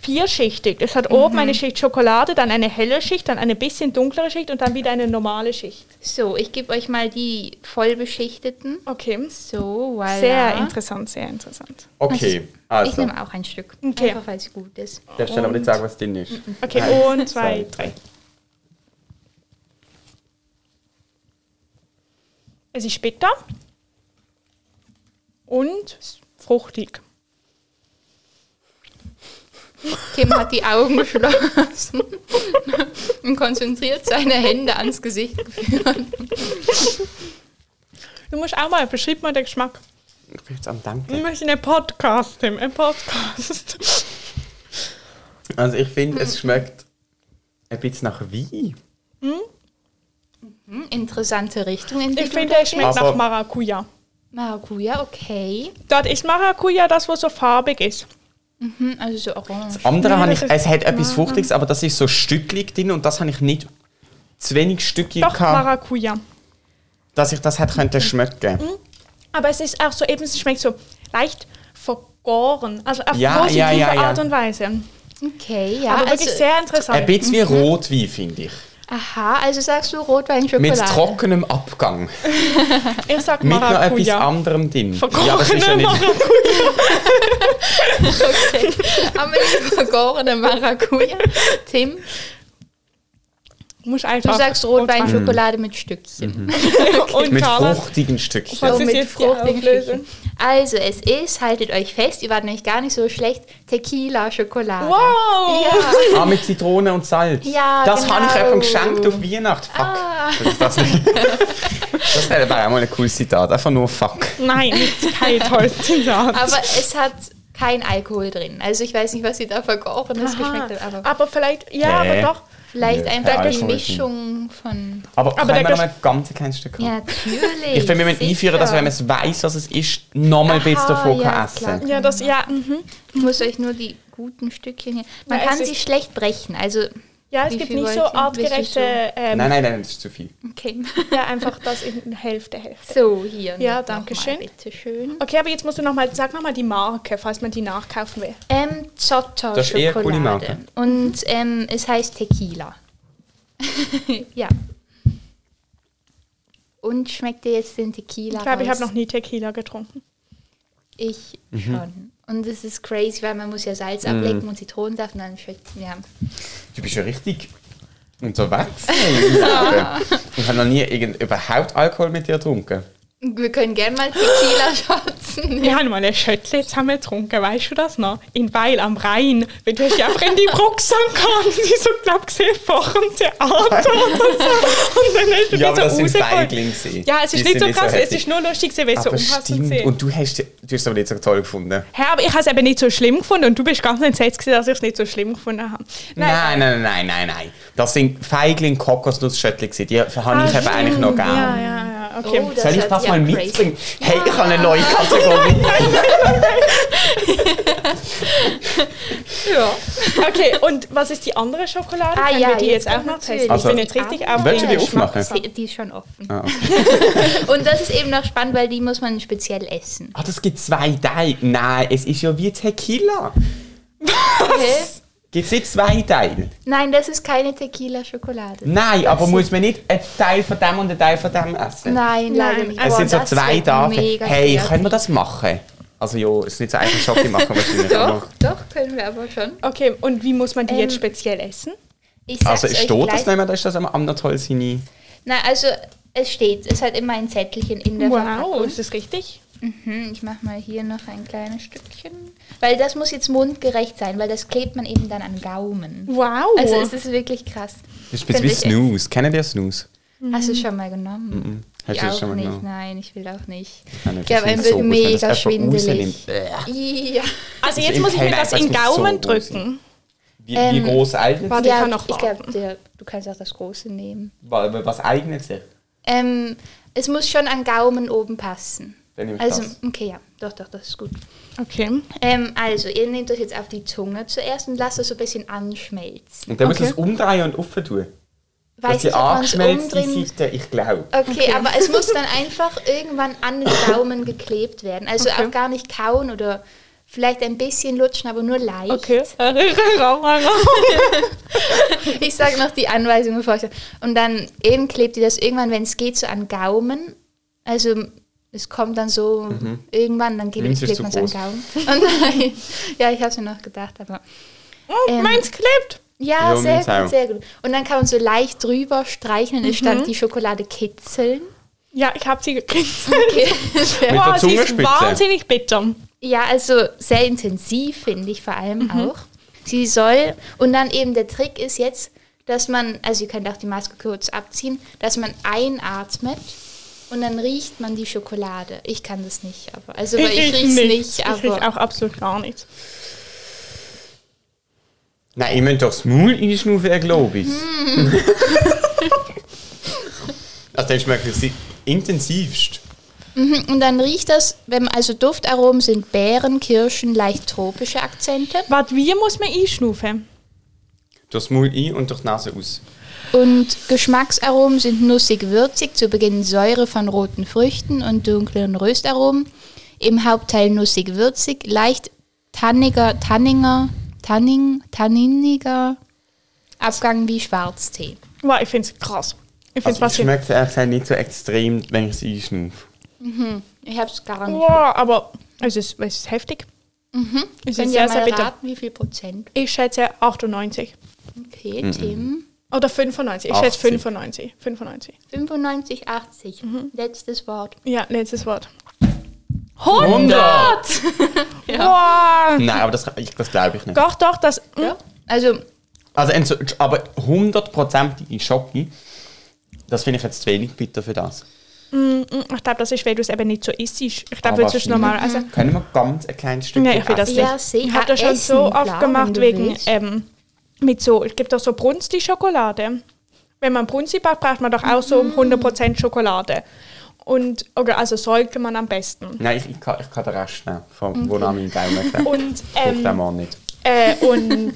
Speaker 3: vierschichtig. Es hat oben eine Schicht Schokolade, dann eine helle Schicht, dann eine bisschen dunklere Schicht und dann wieder eine normale Schicht.
Speaker 1: So, ich gebe euch mal die vollbeschichteten.
Speaker 3: Okay.
Speaker 1: So, voilà.
Speaker 3: Sehr interessant, sehr interessant.
Speaker 2: Okay,
Speaker 1: Ich
Speaker 2: also.
Speaker 1: nehme auch ein Stück.
Speaker 3: Okay.
Speaker 1: Einfach weil es gut ist.
Speaker 2: Darfst du dann aber nicht sagen, was drin ist.
Speaker 3: Okay,
Speaker 2: Eins,
Speaker 3: und zwei, drei. Es ist bitter und s- fruchtig.
Speaker 1: Kim hat die Augen geschlossen und konzentriert seine Hände ans Gesicht geführt.
Speaker 3: Du musst auch mal, beschreib mal den Geschmack.
Speaker 2: Ich bin jetzt am
Speaker 3: Wir
Speaker 2: Danken.
Speaker 3: müssen einen Podcast nehmen, einen Podcast.
Speaker 2: Also ich finde, es schmeckt ein bisschen nach Wein.
Speaker 1: Hm, Interessante Richtung in die
Speaker 3: Ich
Speaker 1: du
Speaker 3: finde,
Speaker 1: da
Speaker 3: es schmeckt
Speaker 2: Aber-
Speaker 3: nach Maracuja.
Speaker 1: gehst. Maracuja, okay.
Speaker 3: Dort ist Maracuja das, was so farbig ist.
Speaker 1: Hm, also so orange.
Speaker 2: Andere
Speaker 3: Nein,
Speaker 2: habe
Speaker 3: das
Speaker 2: ich,
Speaker 3: ist-
Speaker 2: es hat etwas Fruchtiges, aber das ist so stückig drin und das habe ich nicht zu wenig stückig
Speaker 3: Doch,
Speaker 2: gehabt,
Speaker 3: Maracuja.
Speaker 2: dass ich das hätte könnte schmecken.
Speaker 1: Mhm.
Speaker 3: Aber es ist auch so, eben, es schmeckt so leicht vergoren. Also auf
Speaker 2: Ja,
Speaker 3: positive
Speaker 2: ja, ja, ja.
Speaker 3: Art und Weise.
Speaker 1: Okay, ja. also,
Speaker 3: Aber wirklich sehr
Speaker 2: Ein
Speaker 3: interessant.
Speaker 2: bisschen wie
Speaker 1: Mhm.
Speaker 2: Rotwein, finde ich.
Speaker 1: aha, also sagst du Rotwein, Schokolade.
Speaker 2: Mit trockenem Abgang.
Speaker 3: Ich sag
Speaker 2: Mit noch etwas
Speaker 3: Maracuja.
Speaker 2: anderem drin.
Speaker 3: Vergorenem
Speaker 2: aber es ist ja nicht.
Speaker 1: Okay. Amelie vergorene Maracuja. Tim,
Speaker 3: Muss
Speaker 1: du
Speaker 3: einfach
Speaker 1: sagst Rotwein, Schokolade
Speaker 2: Mhm.
Speaker 1: mit Stückchen.
Speaker 3: und
Speaker 2: Mit
Speaker 3: Charlotte.
Speaker 2: fruchtigen Stückchen.
Speaker 3: Was
Speaker 1: So,
Speaker 3: ist
Speaker 1: mit
Speaker 3: jetzt die
Speaker 1: fruchtigen
Speaker 3: Auflösung?
Speaker 1: Stückchen. Also es ist, haltet euch fest, ihr wart nämlich gar nicht so schlecht, Tequila Schokolade.
Speaker 3: Wow!
Speaker 1: Ja.
Speaker 2: Ah, mit Zitrone und Salz.
Speaker 1: Ja,
Speaker 2: das habe ich
Speaker 1: genau. Ah.
Speaker 2: jemandem geschenkt auf Weihnachten. Fuck. Das, ist das, nicht. das wäre aber auch mal ein cooles Zitat. Einfach nur Fuck.
Speaker 3: Nein, kein tolles Zitat.
Speaker 1: Aber es hat kein Alkohol drin. Also ich weiß nicht, was sie da vergoren das geschmeckt hat, aber
Speaker 3: aber vielleicht, ja,
Speaker 2: Nee.
Speaker 3: aber doch.
Speaker 1: vielleicht
Speaker 2: Nö,
Speaker 1: einfach
Speaker 2: kein
Speaker 1: eine
Speaker 2: Alkohol drin.
Speaker 1: Mischung von...
Speaker 2: Aber,
Speaker 3: Aber
Speaker 2: aber können
Speaker 3: der
Speaker 2: wir noch
Speaker 3: Gesch-
Speaker 2: mal ganz kein Stück
Speaker 1: Ja,
Speaker 2: haben?
Speaker 1: natürlich.
Speaker 2: Ich finde, wir müssen
Speaker 1: sicher.
Speaker 2: einführen, dass wenn man es weiss, was es ist, nochmal ein
Speaker 1: Aha,
Speaker 2: bisschen davon
Speaker 1: ja,
Speaker 2: kann
Speaker 1: klar.
Speaker 2: essen
Speaker 3: Ja, das, ja, mhm.
Speaker 1: Ich muss euch nur die guten Stückchen hier... Man
Speaker 3: Ja,
Speaker 1: kann
Speaker 3: es
Speaker 1: sie
Speaker 3: ist-
Speaker 1: schlecht brechen, also...
Speaker 3: ja es
Speaker 1: Wie
Speaker 3: gibt
Speaker 1: viel
Speaker 3: nicht so
Speaker 1: wollt ihr? Willst
Speaker 3: artgerechte,
Speaker 1: du
Speaker 3: ähm,
Speaker 2: Nein, nein, nein, das ist zu viel.
Speaker 1: Okay.
Speaker 3: ja, einfach das in Hälfte, Hälfte.
Speaker 1: So, hier.
Speaker 3: Ja,
Speaker 1: noch
Speaker 3: danke
Speaker 1: mal,
Speaker 3: schön.
Speaker 1: Bitte schön.
Speaker 3: Okay, aber jetzt musst du nochmal, sag nochmal die Marke, falls man die nachkaufen will.
Speaker 1: Ähm, Zotto
Speaker 2: Das ist eher
Speaker 1: Schokolade.
Speaker 2: Kulimarke.
Speaker 1: Und ähm, es heißt Tequila. ja. Und schmeckt dir jetzt den Tequila
Speaker 3: Ich glaube, ich
Speaker 1: raus?
Speaker 3: habe noch nie Tequila getrunken.
Speaker 1: Ich
Speaker 2: Mhm.
Speaker 1: schon. Und es ist crazy, weil man muss ja Salz ablecken und Zitronensaft und dann schmeckt ja.
Speaker 2: Du bist ja richtig unterwegs. im Leben. ich habe noch nie irgend, überhaupt Alkohol mit dir getrunken.
Speaker 1: Wir können gerne mal Tequila schotzen.
Speaker 3: Wir haben mal eine Schöttle zusammen getrunken, weißt du das noch? In Weil am Rhein. Weil du hast ja einfach in die Brucksack gehabt und sie so, glaub gesehen, vor dem Theater oder so. Und dann hast du
Speaker 2: Ja,
Speaker 3: die
Speaker 2: aber
Speaker 3: so
Speaker 2: das sind
Speaker 3: rausgeholt.
Speaker 2: Feigling gewesen.
Speaker 3: Ja, es ist
Speaker 2: Die
Speaker 3: nicht
Speaker 2: sind
Speaker 3: so
Speaker 2: nicht so
Speaker 3: krass, es
Speaker 2: heftig.
Speaker 3: ist nur lustig gewesen, weil es so
Speaker 2: aber
Speaker 3: umfassend
Speaker 2: stimmt.
Speaker 3: gesehen.
Speaker 2: Und du hast, du hast es aber nicht so toll gefunden.
Speaker 3: Hä, aber ich habe es eben nicht so schlimm gefunden und du bist ganz entsetzt gewesen, dass ich es nicht so schlimm gefunden habe.
Speaker 2: Nein, nein, nein, nein, nein. Das sind Feigling Kokosnussschöttli. gewesen. Die habe ich eben
Speaker 3: Ah, stimmt.
Speaker 2: eigentlich noch gern.
Speaker 3: Ja, ja, ja, okay.
Speaker 1: Oh, das
Speaker 2: Soll ich
Speaker 1: hat-
Speaker 2: das
Speaker 1: ja,
Speaker 2: mal
Speaker 1: crazy.
Speaker 2: mitbringen? Hey, ich habe eine neue Kategorie.
Speaker 1: Ja.
Speaker 3: okay, und was ist die andere Schokolade?
Speaker 1: Ah,
Speaker 3: Können
Speaker 1: ja,
Speaker 3: wir die jetzt
Speaker 1: jetzt
Speaker 3: auch noch
Speaker 1: natürlich.
Speaker 3: testen?
Speaker 2: Also-
Speaker 3: ich bin jetzt richtig
Speaker 1: Ah.
Speaker 3: auf
Speaker 2: Willst du
Speaker 3: den
Speaker 2: die
Speaker 3: Geschmack
Speaker 2: aufmachen?
Speaker 3: gespannt.
Speaker 1: Die ist schon offen.
Speaker 2: Ah,
Speaker 1: Und das ist eben noch spannend, weil die muss man speziell essen.
Speaker 2: Ah, das gibt zwei Teile. Nein, es ist ja wie Tequila.
Speaker 1: Okay.
Speaker 2: Gibt es nicht zwei Teile?
Speaker 1: Nein, das ist keine Tequila-Schokolade.
Speaker 2: Nein, aber muss man nicht einen Teil von dem und einen Teil von dem essen?
Speaker 1: Nein, leider
Speaker 3: Nein.
Speaker 1: nicht.
Speaker 2: Es
Speaker 1: Boah,
Speaker 2: sind so
Speaker 1: das
Speaker 2: zwei
Speaker 1: wird
Speaker 2: Tage.
Speaker 1: mega
Speaker 2: Hey,
Speaker 1: schwer.
Speaker 2: können wir das machen? Also ja, es ist nicht so einfach Schoki machen wahrscheinlich. Genau. aber-
Speaker 1: Doch, doch, können wir aber schon.
Speaker 3: Okay, und wie muss man die jetzt
Speaker 1: Ähm,
Speaker 3: speziell essen?
Speaker 1: Ich sag's
Speaker 2: Also
Speaker 1: euch
Speaker 2: steht das
Speaker 1: gleich.
Speaker 2: nicht mehr, da ist das immer am toll seine...
Speaker 1: Nein, also es steht, es hat immer ein Zettelchen in der
Speaker 3: Wow,
Speaker 1: Verpackung.
Speaker 3: ist das richtig?
Speaker 1: Mhm, ich mach mal hier noch ein kleines Stückchen. Weil das muss jetzt mundgerecht sein, weil das klebt man eben dann an Gaumen.
Speaker 3: Wow.
Speaker 1: Also es ist wirklich krass.
Speaker 2: Das ist
Speaker 1: Finde
Speaker 2: ein bisschen wie
Speaker 1: ich echt.
Speaker 2: Snooze. Kennt ihr Snooze?
Speaker 1: Hast du schon mal genommen?
Speaker 2: Hast
Speaker 1: Ich
Speaker 2: du das
Speaker 1: auch
Speaker 2: schon mal
Speaker 1: nicht,
Speaker 2: genommen?
Speaker 1: nein, ich will auch nicht.
Speaker 2: Nein, das
Speaker 1: Ich habe
Speaker 2: ist
Speaker 1: ein
Speaker 2: nicht so
Speaker 1: bisschen
Speaker 2: gut, wenn das
Speaker 1: mega
Speaker 2: jemand
Speaker 1: schwindelig.
Speaker 2: rausnimmt. Äh,
Speaker 1: Ja.
Speaker 3: Also jetzt
Speaker 2: im
Speaker 3: muss ich mir
Speaker 2: Teil
Speaker 3: das
Speaker 2: einfach
Speaker 3: in
Speaker 2: so
Speaker 3: Gaumen
Speaker 2: groß
Speaker 3: drücken.
Speaker 2: Wie, wie
Speaker 1: Ähm,
Speaker 2: groß eignet
Speaker 3: warte.
Speaker 2: sich?
Speaker 3: Die kann noch
Speaker 1: ich
Speaker 3: warten.
Speaker 1: glaube, der- du kannst auch das Große nehmen.
Speaker 2: Wa- Was eignet sich?
Speaker 1: Ähm, es muss schon an Gaumen oben passen.
Speaker 2: Dann nehme ich
Speaker 1: Also,
Speaker 2: das.
Speaker 1: okay, ja, doch, doch, das ist gut.
Speaker 3: Okay.
Speaker 1: Ähm, also, ihr nehmt das jetzt auf die Zunge zuerst und lasst es so ein bisschen anschmelzen.
Speaker 2: Und dann muss
Speaker 3: Okay.
Speaker 2: man es umdrehen und offen tun. Dass
Speaker 1: Weiß
Speaker 2: die
Speaker 1: nicht, ob man es
Speaker 2: angeschmelzte
Speaker 1: umdrehen muss.
Speaker 2: Seite, ich glaube.
Speaker 1: Okay, aber es muss dann einfach irgendwann an den Gaumen geklebt werden. Also
Speaker 3: Okay.
Speaker 1: auch gar nicht kauen oder vielleicht ein bisschen lutschen, aber nur leicht.
Speaker 3: Okay.
Speaker 1: Ich sage noch die Anweisung, bevor ich Und dann eben klebt ihr das irgendwann, wenn es geht, so an Gaumen. Also es kommt dann so irgendwann, dann klebt,
Speaker 2: Links ist
Speaker 1: klebt
Speaker 2: Mhm. zu
Speaker 1: man es an
Speaker 2: groß.
Speaker 1: Gaumen. Und dann, ja, ich habe es mir noch gedacht, aber
Speaker 3: Oh,
Speaker 1: Ähm.
Speaker 3: meins klebt.
Speaker 1: ja,
Speaker 2: Ja,
Speaker 1: sehr
Speaker 2: meins
Speaker 1: gut,
Speaker 2: auch.
Speaker 1: sehr gut. Und dann kann man so leicht drüber streicheln, es
Speaker 3: Mhm.
Speaker 1: statt die Schokolade kitzeln.
Speaker 3: Ja, ich habe sie gekriegt.
Speaker 1: Okay.
Speaker 2: Mit
Speaker 3: Boah,
Speaker 2: der
Speaker 3: sie ist
Speaker 2: Zungenspitze.
Speaker 3: wahnsinnig bitter.
Speaker 1: Ja, also sehr intensiv finde ich vor allem auch. Sie soll, und dann eben der Trick ist jetzt, dass man, also ihr könnt auch die Maske kurz abziehen, dass man einatmet und dann riecht man die Schokolade. Ich kann das nicht, aber, also weil ich, riech's nicht,
Speaker 3: ich riech
Speaker 1: aber
Speaker 3: auch absolut gar nichts.
Speaker 2: Nein, ich möchte doch das Maul einschnaufen, glaube ich.
Speaker 1: Hm.
Speaker 2: also dann schmeckt es intensivst.
Speaker 1: und dann riecht das, wenn also Duftaromen sind Beeren, Kirschen, leicht tropische Akzente
Speaker 3: Warte, wie muss man einschnaufen?
Speaker 2: Durch das Maul ein und durch die Nase aus.
Speaker 1: und Geschmacksaromen sind nussig-würzig, zu Beginn Säure von roten Früchten und dunklen Röstaromen, im Hauptteil nussig-würzig, leicht tanniger, tanninger, tanning, tanniniger Abgang wie Schwarztee.
Speaker 3: Wow, ich finde es krass. Ich finde es
Speaker 2: Also es
Speaker 3: faszinierend.
Speaker 2: schmeckt ehrlich gesagt nicht so extrem, wenn ich es einschnaufe.
Speaker 1: Ich habe es gar nicht.
Speaker 3: Wow, aber es ist, es ist heftig. Es
Speaker 1: Können
Speaker 3: ist
Speaker 1: Sie
Speaker 3: sehr,
Speaker 1: Mhm. mal
Speaker 3: sehr bitter.
Speaker 1: raten, wie viel Prozent?
Speaker 3: Ich schätze 98.
Speaker 1: Okay, Tim.
Speaker 3: Oder 95. Ich
Speaker 2: 80.
Speaker 3: schätze 95. 95.
Speaker 1: 95, 80.
Speaker 3: Mhm.
Speaker 1: Letztes Wort.
Speaker 3: Ja, letztes Wort. 100! Wow!
Speaker 2: Nein, aber das, ich- das glaube ich nicht.
Speaker 3: Doch, doch, das. mm,
Speaker 1: Ja. Also,
Speaker 2: Also, ein so- aber hundertprozentige Schocke, das finde ich jetzt zu wenig bitter für das.
Speaker 3: Mm, mm, Ich glaube, das ist, weil du es eben nicht so isst. Ich glaube,
Speaker 2: Aber Mhm.
Speaker 3: es ist normal. Also,
Speaker 2: Können wir ganz ein kleines Stück
Speaker 3: Nein, ich will das
Speaker 1: Ah, Ja,
Speaker 3: nicht.
Speaker 1: sicher,
Speaker 3: Ich habe das schon
Speaker 1: essen,
Speaker 3: so oft
Speaker 1: klar, wenn
Speaker 3: gemacht
Speaker 1: du
Speaker 3: wegen
Speaker 1: willst.
Speaker 3: ähm, mit so, es gibt auch so Brunsti Schokolade. Wenn man Brunsti braucht, braucht man doch auch so
Speaker 1: Mhm.
Speaker 3: 100% Schokolade. Und oder also sollte man am besten.
Speaker 2: Nein, ich, ich, kann, ich kann den Rest nehmen, von okay. wo noch mein Gaumen klebt.
Speaker 3: Und
Speaker 2: Ich den
Speaker 3: ähm,
Speaker 2: Mann nicht.
Speaker 3: äh, und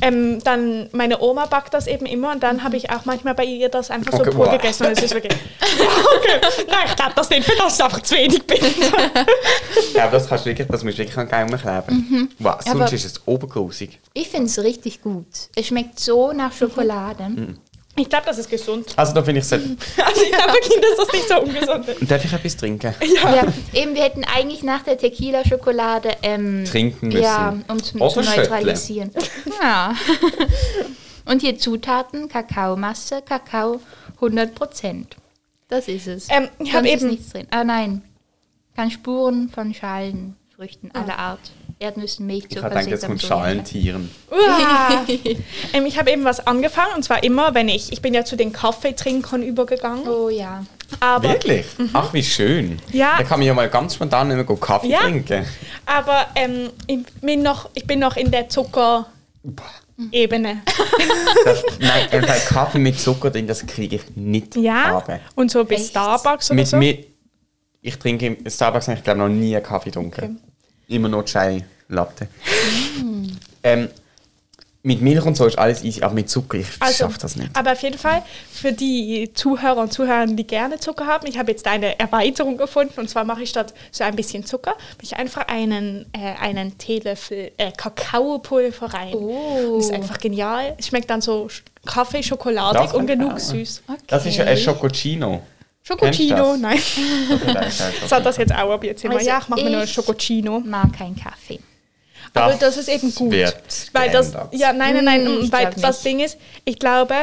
Speaker 3: ähm, dann meine Oma backt das eben immer und dann habe ich auch manchmal bei ihr das einfach so
Speaker 2: Okay,
Speaker 3: pur
Speaker 2: boah.
Speaker 3: gegessen und es ist wirklich. okay. Nein, ich glaube das nicht, für das ich einfach zu wenig bin.
Speaker 2: Ja, aber das, kannst du wirklich, das musst du wirklich an den Gaumen kleben.
Speaker 3: Mhm.
Speaker 2: Wow, sonst
Speaker 1: Aber-
Speaker 2: ist es obergrusig.
Speaker 1: Ich finde es richtig gut. Es schmeckt so nach Schokolade.
Speaker 3: Ich glaube, das ist gesund.
Speaker 2: Also da finde ich so...
Speaker 3: Also ich glaube wirklich, dass das nicht so ungesund ist.
Speaker 2: Darf ich etwas trinken?
Speaker 1: Ja, eben, wir hätten eigentlich nach der Tequila-Schokolade ähm,
Speaker 2: Trinken müssen.
Speaker 1: Ja, um zu,
Speaker 2: Oder
Speaker 1: zu
Speaker 2: schütteln.
Speaker 1: neutralisieren. Ja. Und hier Zutaten, Kakaomasse, Kakao 100%. Das ist es.
Speaker 3: Ähm, ich habe
Speaker 1: Sonst ist
Speaker 3: eben-
Speaker 1: nichts drin. Ah nein, keine Spuren von Schalen, Früchten aller Art. Erdnüssen, Milch,
Speaker 2: Ich
Speaker 1: Zucker,
Speaker 2: denke, jetzt
Speaker 1: Sesam,
Speaker 2: kommt
Speaker 1: Soja.
Speaker 2: Schalentieren.
Speaker 3: Uah. ähm, ich habe eben was angefangen und zwar immer, wenn ich, ich bin ja zu den Kaffeetrinkern übergegangen,
Speaker 1: Oh ja.
Speaker 3: aber, Mhm.
Speaker 2: Wirklich? Ach, wie schön.
Speaker 3: Ja.
Speaker 2: Da kann man ja mal ganz spontan immer gut Kaffee
Speaker 3: Ja.
Speaker 2: trinken.
Speaker 3: aber ähm, ich, bin noch, ich bin noch in der Zuckerebene.
Speaker 2: Ah, Das, nein, im Fall Kaffee mit Zucker drin, das kriege ich nicht
Speaker 3: Ja,
Speaker 2: runter.
Speaker 3: und so bis
Speaker 1: Echt?
Speaker 3: Starbucks oder
Speaker 2: Mit,
Speaker 3: so.
Speaker 2: mit, ich trinke im Starbucks, ich glaube, noch nie einen Kaffee getrunken. Immer nur Chai Latte.
Speaker 3: Mm.
Speaker 2: ähm, mit Milch und so ist alles easy, aber mit Zucker, ich
Speaker 3: Also,
Speaker 2: schaffe das nicht.
Speaker 3: Aber auf jeden Fall, für die Zuhörer und Zuhörerinnen, die gerne Zucker haben, ich habe jetzt eine Erweiterung gefunden. Und zwar mache ich statt so ein bisschen Zucker, mache ich einfach einen, äh, einen Teelöffel äh, Kakaopulver rein.
Speaker 1: Oh.
Speaker 3: Das ist einfach genial. Es schmeckt dann so Sch- Kaffee, schokoladig
Speaker 2: Das
Speaker 3: und
Speaker 2: kann ich
Speaker 3: genug
Speaker 2: auch.
Speaker 3: süß.
Speaker 1: Ah.
Speaker 2: Das ist ja ein Schokocino.
Speaker 3: Schokocino,
Speaker 2: Kennst
Speaker 3: nein.
Speaker 2: du das? Das ist
Speaker 3: Das hat das jetzt auch ab jetzt immer.
Speaker 1: Also
Speaker 3: ja, ich mache mir nur
Speaker 1: ich-
Speaker 3: Schokocino.
Speaker 1: Mag keinen Kaffee.
Speaker 3: Aber das ist eben gut.
Speaker 2: wird
Speaker 3: Weil das,
Speaker 2: geändert.
Speaker 3: ja, nein, nein, nein,
Speaker 1: Hm, ich
Speaker 3: weil
Speaker 1: glaub nicht.
Speaker 3: das Ding ist, ich glaube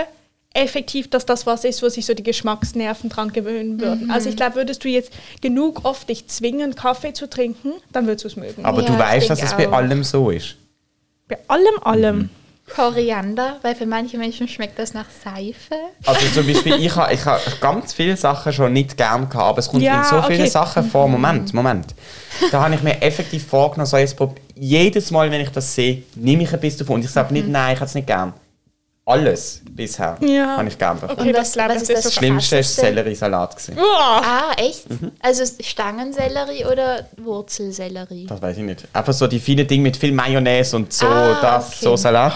Speaker 3: effektiv, dass das was ist, wo sich so die Geschmacksnerven dran gewöhnen würden. Also
Speaker 1: Mhm.
Speaker 3: ich glaube, würdest du jetzt genug oft dich zwingen, Kaffee zu trinken, dann würdest du es mögen.
Speaker 2: Aber
Speaker 1: Ja,
Speaker 2: du
Speaker 1: ich
Speaker 2: weißt, dass
Speaker 1: denke
Speaker 2: es bei
Speaker 1: auch.
Speaker 2: allem so ist.
Speaker 3: Bei allem, allem.
Speaker 2: Mhm.
Speaker 1: Koriander, weil für manche Menschen schmeckt das nach Seife.
Speaker 2: Also zum Beispiel, ich habe ich ha ganz viele Sachen schon nicht gern gehabt, aber es kommt
Speaker 3: Ja,
Speaker 2: in so vielen
Speaker 3: okay.
Speaker 2: Sachen vor. Moment, Moment. Da habe ich mir effektiv vorgenommen, so jetzt prob- jedes Mal, wenn ich das sehe, nehme ich ein bisschen davon. Und ich sage
Speaker 3: Mhm.
Speaker 2: nicht, nein, ich habe es nicht gern. Alles bisher
Speaker 3: Ja.
Speaker 2: habe ich gern davon.
Speaker 3: Okay, das glaub ich, das ist
Speaker 2: Das Schlimmste Mhm. war
Speaker 1: Krasseste?
Speaker 2: Selleriesalat. gewesen.
Speaker 3: Uah.
Speaker 1: Ah, echt? Also Stangensellerie oder Wurzelsellerie?
Speaker 2: Das weiß ich nicht. Einfach so die vielen Dinge mit viel Mayonnaise und so,
Speaker 1: Ah,
Speaker 2: das,
Speaker 1: okay.
Speaker 2: so Salat.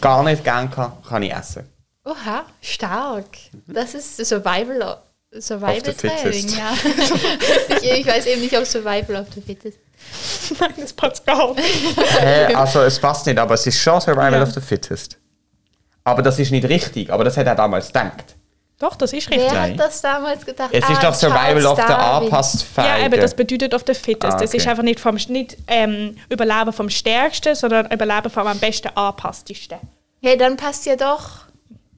Speaker 2: Gar nicht gern gehabt, kann ich essen.
Speaker 1: Oha, stark. Das ist Survival,
Speaker 2: Mhm. Of the
Speaker 1: Survival Training,
Speaker 2: fittest.
Speaker 1: ja. ich, ich weiß eben nicht, ob Survival of the Fittest.
Speaker 3: Nein, das passt gar nicht.
Speaker 2: Äh, also es passt nicht, aber es ist schon Survival
Speaker 3: Ja.
Speaker 2: of the Fittest. Aber das ist nicht richtig, aber das hat er damals gedacht.
Speaker 3: Doch, das ist
Speaker 1: Wer
Speaker 3: richtig.
Speaker 2: Nein.
Speaker 1: hat das damals gedacht?
Speaker 2: Es
Speaker 1: Ah,
Speaker 2: ist doch Survival
Speaker 1: Charles
Speaker 2: of the
Speaker 1: Darwin.
Speaker 2: Anpassfähigen.
Speaker 3: Ja, aber das bedeutet auf der Fittest.
Speaker 2: Ah,
Speaker 3: Das ist
Speaker 2: okay.
Speaker 3: einfach nicht, vom, nicht ähm, Überleben vom Stärksten, sondern Überleben vom am besten Anpasstesten.
Speaker 1: Hey, dann passt ja doch,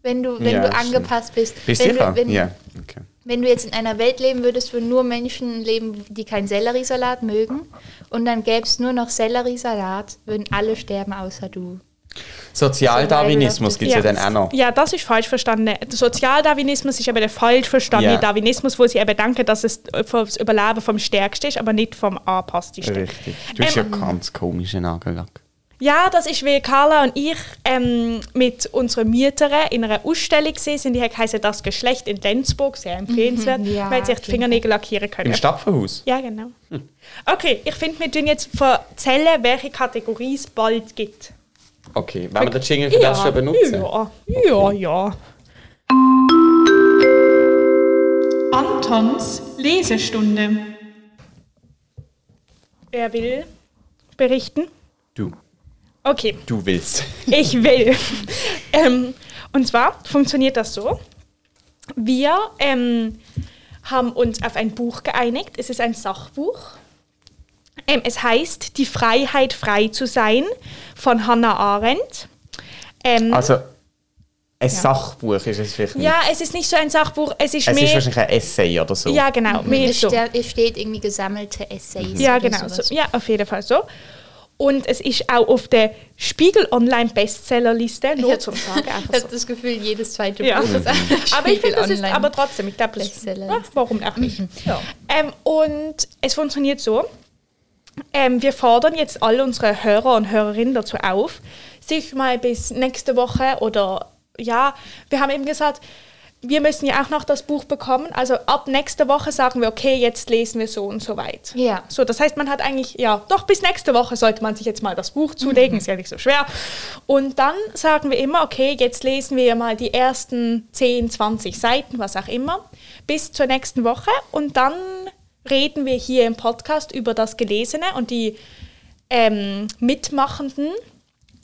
Speaker 1: wenn du, wenn
Speaker 2: Ja,
Speaker 1: du
Speaker 2: stimmt.
Speaker 1: angepasst bist.
Speaker 2: Bist
Speaker 1: wenn
Speaker 2: sicher?
Speaker 1: Du, wenn,
Speaker 2: ja. Okay.
Speaker 1: wenn du jetzt in einer Welt leben würdest, wo nur Menschen leben, die keinen Selleriesalat mögen, und dann gäbe es nur noch Selleriesalat, würden alle sterben außer du.
Speaker 2: Sozialdarwinismus gibt es ja.
Speaker 3: Ja.
Speaker 2: dann auch noch.
Speaker 3: Ja, das ist falsch verstanden. Der Sozialdarwinismus ist aber der falsch verstandene
Speaker 2: Ja.
Speaker 3: Darwinismus, wo sie eben denken, dass es für das Überleben vom Stärksten ist, aber nicht vom Anpasstesten.
Speaker 2: Richtig. Du hast
Speaker 3: Ähm,
Speaker 2: ja ganz komischen Nagellack.
Speaker 3: Ja, das ist, wie Carla und ich ähm, mit unserer Mieterin in einer Ausstellung gesehen sind. Die heisst «Das Geschlecht» in Lenzburg, sehr empfehlenswert,
Speaker 1: Mhm, ja,
Speaker 3: weil sie sich
Speaker 1: auf
Speaker 3: die
Speaker 1: jeden
Speaker 3: Fingernägel lackieren können.
Speaker 2: Im Stapferhaus?
Speaker 3: ja, genau. Okay, ich finde, wir tun jetzt erzählen, welche Kategorie es bald gibt.
Speaker 2: Okay, wenn wir den Jingle für das schon benutzen.
Speaker 3: Ja, ja, ja.
Speaker 5: Antons Lesestunde.
Speaker 3: Wer will berichten?
Speaker 2: Du,
Speaker 3: Okay,
Speaker 2: du willst.
Speaker 3: ich will. ähm, und zwar funktioniert das so. Wir ähm, haben uns auf ein Buch geeinigt. Es ist ein Sachbuch. Ähm, es heißt Die Freiheit, frei zu sein von Hannah Arendt. Ähm,
Speaker 2: Also, ein Sachbuch ist es vielleicht nicht.
Speaker 3: ja, es ist nicht so ein Sachbuch, es ist
Speaker 2: es
Speaker 3: mehr.
Speaker 2: ist wahrscheinlich ein Essay oder so.
Speaker 3: ja, genau, mehr
Speaker 1: Es
Speaker 3: so.
Speaker 1: ste- es steht irgendwie gesammelte Essays.
Speaker 3: Ja,
Speaker 1: oder
Speaker 3: genau.
Speaker 1: sowas.
Speaker 3: So. Ja, auf jeden Fall so. Und es ist auch auf der Spiegel Online Bestsellerliste, nur zum Sagen.
Speaker 1: Ich
Speaker 3: Einfach so.
Speaker 1: habe das Gefühl, jedes zweite
Speaker 3: Ja. Mhm.
Speaker 1: Buch ist einfach
Speaker 3: Aber ich finde, das ist,
Speaker 1: online.
Speaker 3: aber trotzdem, ich glaube, das
Speaker 1: Bestsellerliste.
Speaker 3: ja, warum auch nicht. Ähm, und es funktioniert so, ähm, wir fordern jetzt alle unsere Hörer und Hörerinnen dazu auf, sich mal bis nächste Woche oder ja, wir haben eben gesagt, wir müssen ja auch noch das Buch bekommen. Also ab nächste Woche sagen wir, okay, jetzt lesen wir so und so weit.
Speaker 1: Ja.
Speaker 3: So, das heißt, man hat eigentlich, ja, doch bis nächste Woche sollte man sich jetzt mal das Buch
Speaker 1: Mhm.
Speaker 3: zulegen, ist ja nicht so schwer. Und dann sagen wir immer, okay, jetzt lesen wir mal die ersten 10, 20 Seiten, was auch immer, bis zur nächsten Woche. Und dann reden wir hier im Podcast über das Gelesene und die ähm, Mitmachenden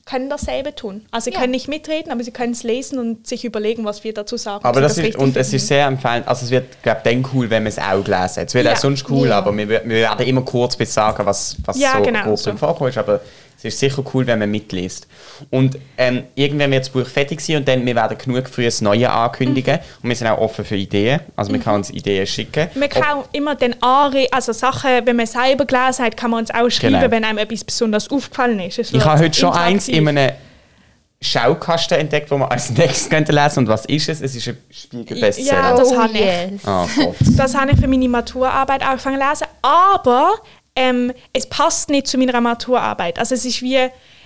Speaker 3: können dasselbe tun. Also sie
Speaker 1: Ja.
Speaker 3: können nicht mitreden, aber sie können es lesen und sich überlegen, was wir dazu sagen. ob
Speaker 2: Aber
Speaker 3: sie
Speaker 2: das ist,
Speaker 3: richtig
Speaker 2: und es ist
Speaker 3: finden.
Speaker 2: sehr empfehlend, also es wird, glaube ich, dann cool, wenn man es auch gelesen hat. Es wird
Speaker 3: Ja.
Speaker 2: auch sonst cool,
Speaker 1: Ja.
Speaker 2: aber wir, wir werden immer kurz bis sagen, was, was
Speaker 3: Ja,
Speaker 2: so
Speaker 3: genau,
Speaker 2: grob
Speaker 3: so.
Speaker 2: drin vorkommt. Aber es ist sicher cool, wenn man mitliest. Und ähm, irgendwann wird das Buch fertig sein und dann wir werden genug früh das Neue ankündigen.
Speaker 3: Mhm.
Speaker 2: Und wir sind auch offen für Ideen, also man kann uns Ideen schicken.
Speaker 3: Man kann auch immer den Anre also Sachen, wenn man selber gelesen hat, kann man uns auch schreiben,
Speaker 2: Genau.
Speaker 3: wenn einem etwas besonders aufgefallen ist. Es
Speaker 2: Ich
Speaker 3: wird
Speaker 2: habe heute schon eins
Speaker 3: interaktiv.
Speaker 2: in einem Schaukasten entdeckt, wo man als nächstes könnte lesen Und was ist es? Es ist ein Spiegelbestseller.
Speaker 3: Ja, das habe ich.
Speaker 1: Oh, yes.
Speaker 2: Ah, Gott.
Speaker 3: Das habe ich für meine Maturarbeit angefangen zu lesen, aber ähm, es passt nicht zu meiner Maturarbeit. Also es ist wie,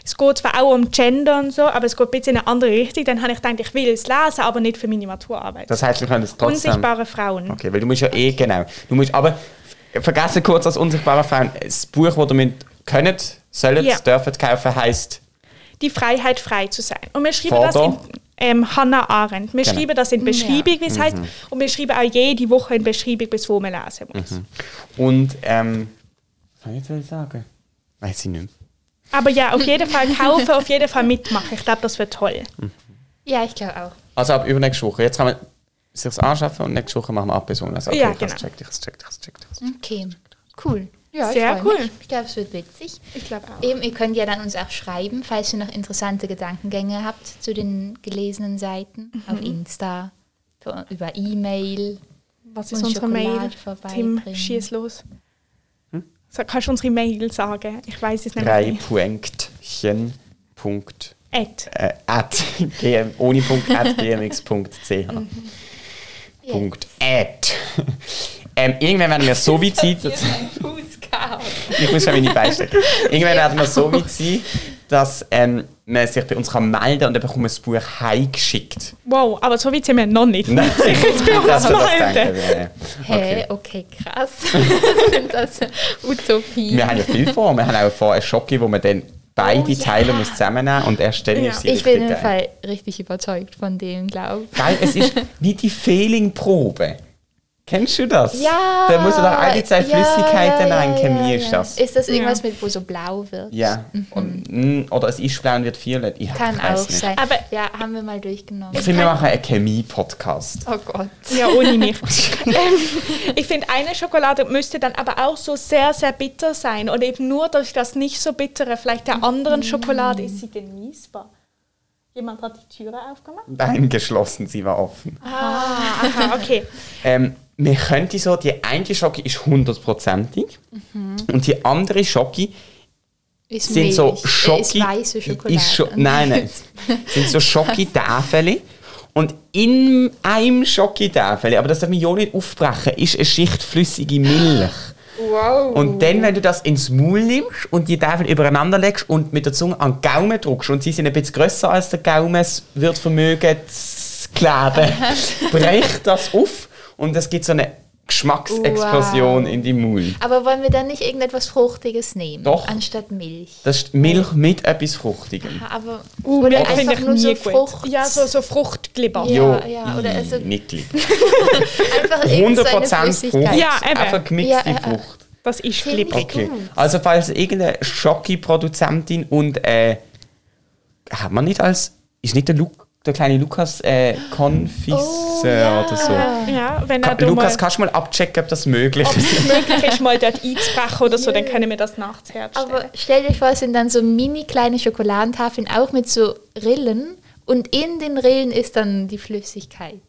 Speaker 3: es geht zwar auch um Gender und so, aber es geht ein bisschen in eine andere Richtung. Dann habe ich gedacht, ich will es lesen, aber nicht für meine Maturarbeit.
Speaker 2: Das heißt, wir können es trotzdem.
Speaker 3: Unsichtbare Frauen.
Speaker 2: Okay, weil du musst ja eh, genau. Du musst, aber vergessen kurz als unsichtbare Frauen, das Buch, das ihr müsst, könnt, sollt,
Speaker 3: Ja.
Speaker 2: dürft kaufen, heisst
Speaker 3: die Freiheit, frei zu sein. Und wir schreiben das in
Speaker 2: Forder.
Speaker 3: ähm, Hannah Arendt. Wir
Speaker 2: Genau. Mhm.
Speaker 3: schreiben das in Beschreibung, wie es heißt. Und wir schreiben auch jede Woche in Beschreibung, bis wo man lesen muss.
Speaker 2: Mhm. und ähm, was soll ich jetzt wieder sagen? Weiß ich nicht. mehr.
Speaker 3: Aber ja, auf jeden Fall kaufen, auf jeden Fall mitmachen. Ich glaube, das wird toll.
Speaker 1: Ja, ich glaube auch.
Speaker 2: Also ab übernächste Woche. Jetzt kann man sich anschaffen und nächste Woche machen wir ab bis unten. Also, okay,
Speaker 3: Ja,
Speaker 2: ich hab's
Speaker 3: genau.
Speaker 2: checkt, ich hab's checkt, ich hab's checkt. ich hab's
Speaker 1: Okay, cool. Ja, ich
Speaker 3: Sehr
Speaker 1: freu
Speaker 3: cool.
Speaker 1: Mich. Ich glaube, es wird witzig.
Speaker 3: Ich glaube auch.
Speaker 1: Eben, ihr könnt ja dann uns auch schreiben, falls ihr noch interessante Gedankengänge habt zu den gelesenen Seiten auf
Speaker 2: Mhm.
Speaker 1: Insta, für- über E-Mail.
Speaker 3: Was ist
Speaker 1: Und
Speaker 3: unsere
Speaker 1: Schokolade
Speaker 3: Mail? Tim,
Speaker 1: vorbeibringen.
Speaker 3: schieß los.
Speaker 2: Hm?
Speaker 3: So, kannst du unsere Mail sagen? Ich weiß es
Speaker 2: checkt.
Speaker 3: nämlich
Speaker 2: Drei
Speaker 3: nicht.
Speaker 2: Punktchen. Punkt.
Speaker 3: Ed.
Speaker 2: Äh, at, gm, ohne Punkt, at gmx.ch.
Speaker 3: Mhm.
Speaker 2: Punkt at. Ähm, irgendwann werden wir so weit sein, dass- ich muss schon meine Beine Irgendwann werden wir so weit sein, dass ähm, man sich bei uns kann melden und dann bekommt man das Buch heimgeschickt.
Speaker 3: Wow, aber so weit sind wir noch nicht.
Speaker 2: Nein,
Speaker 3: jetzt bei uns
Speaker 2: dass wir
Speaker 3: melden.
Speaker 2: denken würden.
Speaker 1: Hä?
Speaker 2: Okay.
Speaker 1: Okay, krass. Sind das Utopie?
Speaker 2: Wir haben ja viel vor. Wir haben auch vor, eine Schocke, wo man dann beide
Speaker 1: Oh, ja.
Speaker 2: Teile muss zusammennehmen und erst dann
Speaker 3: Ja.
Speaker 2: ist sie
Speaker 1: Ich bin
Speaker 2: richtig
Speaker 1: im
Speaker 2: geil.
Speaker 1: Fall richtig überzeugt von dem, glaube ich.
Speaker 2: Geil, es ist wie die Feelingprobe. Kennst du das?
Speaker 1: Ja!
Speaker 2: Da musst du doch alle zwei
Speaker 1: ja,
Speaker 2: Flüssigkeiten ja, ist
Speaker 1: ja.
Speaker 2: das.
Speaker 1: Ist das irgendwas mit, wo so blau wird?
Speaker 2: Ja. Und, mm, oder es ist blau und wird violett. Ich
Speaker 1: Kann
Speaker 2: weiss
Speaker 1: auch
Speaker 2: nicht.
Speaker 1: sein.
Speaker 3: Aber-
Speaker 1: ja, haben wir mal durchgenommen.
Speaker 2: Ich finde, wir machen einen Chemie-Podcast.
Speaker 1: Oh Gott.
Speaker 3: Ja, ohne mich. ähm, ich finde, eine Schokolade müsste dann aber auch so sehr, sehr bitter sein. Und eben nur durch das nicht so bittere, vielleicht der anderen
Speaker 1: Mm.
Speaker 3: Schokolade ist sie genießbar. Jemand hat die Türe aufgemacht?
Speaker 2: Nein, geschlossen, sie war offen.
Speaker 1: Ah,
Speaker 3: Aha, okay.
Speaker 2: Ähm, wir könnten so, die eine Schocke ist hundertprozentig und die andere Schocke
Speaker 1: Ist
Speaker 2: sind so
Speaker 1: Milch.
Speaker 2: Schocki.
Speaker 1: Ist weiße Schokolade.
Speaker 2: ist Scho- nein, nein. sind so Schocki-Tafeln. Und in einem Schocki-Tafel, aber das darf man ja nicht aufbrechen, ist eine Schicht flüssige Milch.
Speaker 1: Wow.
Speaker 2: Und dann, wenn du das ins Maul nimmst und die Tafel übereinander legst und mit der Zunge an den Gaumen drückst und sie sind ein bisschen grösser als der Gaumen, es wird vermögen zu kleben, bricht das auf und es gibt so eine Geschmacksexplosion
Speaker 1: Wow.
Speaker 2: in die Maul.
Speaker 1: Aber wollen wir dann nicht irgendetwas Fruchtiges nehmen?
Speaker 2: Doch.
Speaker 1: Anstatt Milch.
Speaker 2: Das ist Milch mit etwas Fruchtigem.
Speaker 1: Ah, Aber
Speaker 3: Milch
Speaker 1: oder
Speaker 3: finde
Speaker 1: einfach
Speaker 3: ich
Speaker 1: nur so
Speaker 3: nie gut.
Speaker 1: Frucht.
Speaker 3: Ja, so, so Fruchtglibber.
Speaker 1: Ja.
Speaker 3: Ja,
Speaker 1: ja, oder also-
Speaker 2: nicht lieb.
Speaker 1: Einfach
Speaker 2: 100% Frucht.
Speaker 3: Ja, eben.
Speaker 2: Einfach gemixte
Speaker 1: Ja, äh,
Speaker 2: Frucht.
Speaker 3: das ist
Speaker 1: Finde
Speaker 3: glibber.
Speaker 1: ich-
Speaker 2: Okay.
Speaker 1: gut.
Speaker 2: Also falls irgendeine Schocki-Produzentin und äh, hat man nicht als ist nicht der, Lu der kleine Lukas äh, Konfisseur
Speaker 1: Oh, ja.
Speaker 2: oder so?
Speaker 3: Ja, wenn er
Speaker 2: Ka
Speaker 3: da mal,
Speaker 2: Lukas, kannst du mal abchecken, ob das möglich
Speaker 3: ob
Speaker 2: ist?
Speaker 3: es möglich ist, mal dort einzubrechen oder so, dann können wir das nachts herstellen.
Speaker 1: Aber stell dir vor, es sind dann so mini kleine Schokoladentafeln, auch mit so Rillen. Und in den Rillen ist dann die Flüssigkeit.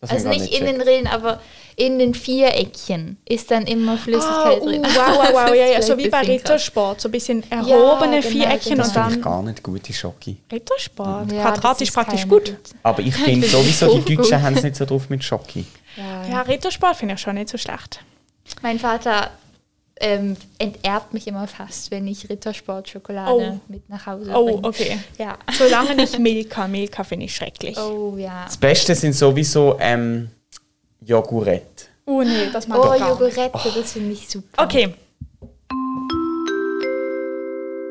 Speaker 2: Das
Speaker 1: Also
Speaker 2: hab ich
Speaker 1: nicht
Speaker 2: gar
Speaker 1: in den
Speaker 2: gecheckt.
Speaker 1: Rillen, aber in den Viereckchen ist dann immer
Speaker 3: Ah,
Speaker 1: Flüssigkeit
Speaker 3: uh,
Speaker 1: drin.
Speaker 3: wow, wow, wow,
Speaker 1: Das
Speaker 3: ja,
Speaker 1: ist
Speaker 3: ja. So
Speaker 1: vielleicht
Speaker 3: wie bei
Speaker 1: ein bisschen krass.
Speaker 3: Rittersport, so ein bisschen erhobene
Speaker 1: genau,
Speaker 3: Viereckchen
Speaker 1: genau.
Speaker 3: und
Speaker 2: Das finde ich
Speaker 3: dann
Speaker 2: gar nicht gute Schocki.
Speaker 3: Rittersport.
Speaker 1: Ja, das
Speaker 3: Quadratisch
Speaker 1: ist
Speaker 3: praktisch
Speaker 1: kein
Speaker 3: gut.
Speaker 1: Ritt.
Speaker 2: Aber ich finde
Speaker 1: finde das
Speaker 2: sowieso,
Speaker 1: so
Speaker 2: die
Speaker 1: gut.
Speaker 2: Deutschen haben es nicht so drauf mit Schocki.
Speaker 1: Ähm.
Speaker 3: Ja, Rittersport finde ich schon nicht so schlecht.
Speaker 1: Mein Vater ähm, enterbt mich immer fast, wenn ich Rittersport-Schokolade mit nach Hause
Speaker 3: Oh,
Speaker 1: bringe.
Speaker 3: okay.
Speaker 1: Ja.
Speaker 3: Solange nicht Milka. Milka finde ich schrecklich. Oh,
Speaker 1: Oh ja.
Speaker 2: Das Beste sind sowieso ähm, Jogurette.
Speaker 3: nee, das mag
Speaker 1: Oh,
Speaker 3: ich gar nicht.
Speaker 1: Jogurette, das finde ich super.
Speaker 3: Okay,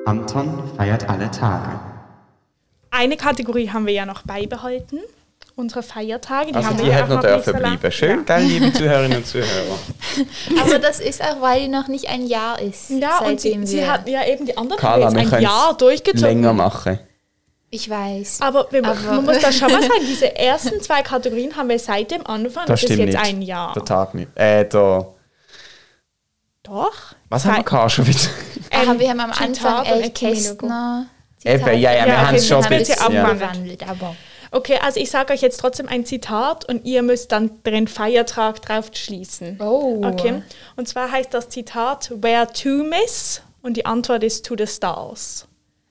Speaker 6: Anton feiert alle Tage.
Speaker 3: eine Kategorie haben wir ja noch beibehalten. Unsere Feiertage. Die
Speaker 2: Also
Speaker 3: haben
Speaker 2: die
Speaker 3: wir
Speaker 2: hat
Speaker 3: auch
Speaker 2: noch
Speaker 3: nicht
Speaker 2: dürfen
Speaker 3: so lang-
Speaker 2: bleiben. Schön, gell, liebe Zuhörerinnen und Zuhörer.
Speaker 1: Aber das ist auch, weil die noch nicht ein Jahr ist.
Speaker 3: Ja, und sie,
Speaker 1: seitdem
Speaker 3: sie
Speaker 1: wir-
Speaker 3: hat ja eben die anderen
Speaker 2: Carla,
Speaker 3: haben
Speaker 2: wir
Speaker 3: jetzt ein
Speaker 2: können's
Speaker 3: Jahr durchgezogen.
Speaker 2: Länger machen.
Speaker 1: Ich weiß.
Speaker 3: Aber, wir,
Speaker 1: Aber-
Speaker 3: man muss da schon mal sagen, diese ersten zwei Kategorien haben wir seit dem Anfang.
Speaker 2: Das,
Speaker 3: Das, ist
Speaker 2: stimmt
Speaker 3: jetzt
Speaker 2: nicht.
Speaker 3: ein Jahr.
Speaker 2: Der Tag nicht. Äh, der...
Speaker 3: Doch.
Speaker 2: Was haben wir
Speaker 3: Seit-
Speaker 2: gehabt schon wieder?
Speaker 1: Aber
Speaker 3: Ähm,
Speaker 1: wir haben am
Speaker 3: Zitat
Speaker 1: Anfang
Speaker 3: und
Speaker 1: El
Speaker 3: Ecke-Logo.
Speaker 1: Kästner.
Speaker 2: Eben, ja, ja, wir
Speaker 3: Ja,
Speaker 2: haben
Speaker 3: okay,
Speaker 2: es schon
Speaker 3: wir haben
Speaker 2: ein
Speaker 3: sie
Speaker 2: bisschen... Ja.
Speaker 3: abgemacht.
Speaker 1: umgewandelt, aber
Speaker 3: Okay, also ich sage euch jetzt trotzdem ein Zitat und ihr müsst dann den Feiertag drauf schließen.
Speaker 1: Oh.
Speaker 3: Okay. Und zwar heißt das Zitat Where to miss und die Antwort ist to the stars.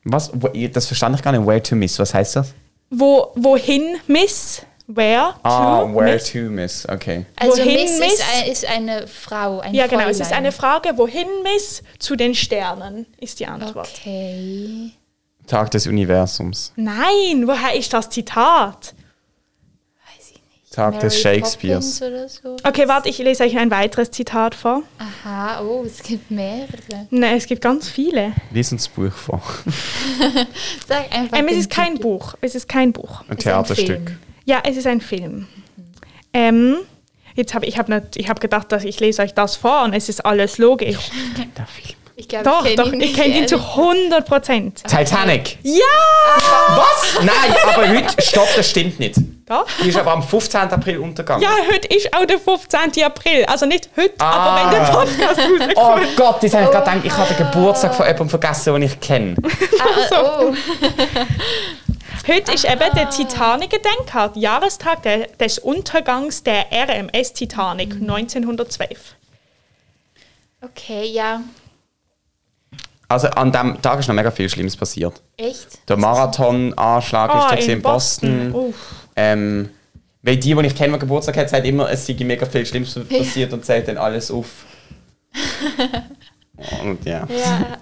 Speaker 2: Was? Wo- Das verstand ich gar nicht. Where to miss. Was heißt das?
Speaker 3: Wo, wohin miss? Where
Speaker 2: Ah,
Speaker 3: to
Speaker 2: where
Speaker 3: miss?
Speaker 2: to miss. Okay.
Speaker 1: also
Speaker 3: Wohin
Speaker 1: Miss
Speaker 3: Miss?
Speaker 1: ist, ein, ist eine Frau, ein
Speaker 3: ja, genau. Es ist
Speaker 1: Fräulein.
Speaker 3: eine Frage, wohin miss? Zu den Sternen ist die Antwort.
Speaker 1: Okay.
Speaker 2: Tag des Universums.
Speaker 3: Nein, woher ist das Zitat?
Speaker 1: Weiß ich nicht.
Speaker 2: Tag des
Speaker 1: Mary
Speaker 2: Shakespeares.
Speaker 1: Poppins Oder so.
Speaker 3: Okay, warte, ich lese euch ein weiteres Zitat vor.
Speaker 1: Aha, oh, es gibt mehrere.
Speaker 3: Nein, es gibt ganz viele.
Speaker 2: Lies uns das Buch vor.
Speaker 1: Sag einfach.
Speaker 3: Ähm, es
Speaker 1: den
Speaker 3: ist kein
Speaker 1: Titel.
Speaker 3: Buch. Es ist kein Buch.
Speaker 1: Es
Speaker 2: Ein
Speaker 1: ist ein
Speaker 2: Theaterstück.
Speaker 1: Film.
Speaker 3: Ja, es ist ein Film. Ähm, jetzt habe ich habe nicht, ich habe gedacht, dass ich lese euch das vor und es ist alles logisch.
Speaker 2: Der Film.
Speaker 1: Ich glaube,
Speaker 3: doch,
Speaker 1: ich
Speaker 3: doch,
Speaker 1: ihn
Speaker 3: ich kenne ihn
Speaker 1: ehrlich.
Speaker 3: zu 100 Prozent.
Speaker 2: Titanic.
Speaker 3: Ja!
Speaker 2: Was? Nein, aber heute, stopp, das stimmt nicht.
Speaker 3: Doch.
Speaker 2: Die ist aber am 15. April untergegangen.
Speaker 3: Ja, heute ist auch der 15. April. Also nicht heute,
Speaker 2: Ah.
Speaker 3: aber wenn der Podcast rauskommt.
Speaker 2: Oh Gott, jetzt habe ich gerade gedacht, ich
Speaker 3: Oh.
Speaker 2: habe den Geburtstag von jemandem vergessen, den ich kenne.
Speaker 1: Ah,
Speaker 3: Heute ist eben der Titanic-Gedenktag, Jahrestag der, des Untergangs der RMS Titanic
Speaker 1: Mhm.
Speaker 3: 1912.
Speaker 1: oh, okay, ja.
Speaker 2: Also an dem Tag ist noch mega viel Schlimmes passiert.
Speaker 1: Echt?
Speaker 2: Der Marathon-Anschlag ist da gewesen in Boston.
Speaker 3: Ah, Uff.
Speaker 2: Ähm, weil die, die ich kenne, die Geburtstag hat, sagt immer, es sei mega viel Schlimmes passiert und zählt dann alles auf. und ja.
Speaker 1: Ja,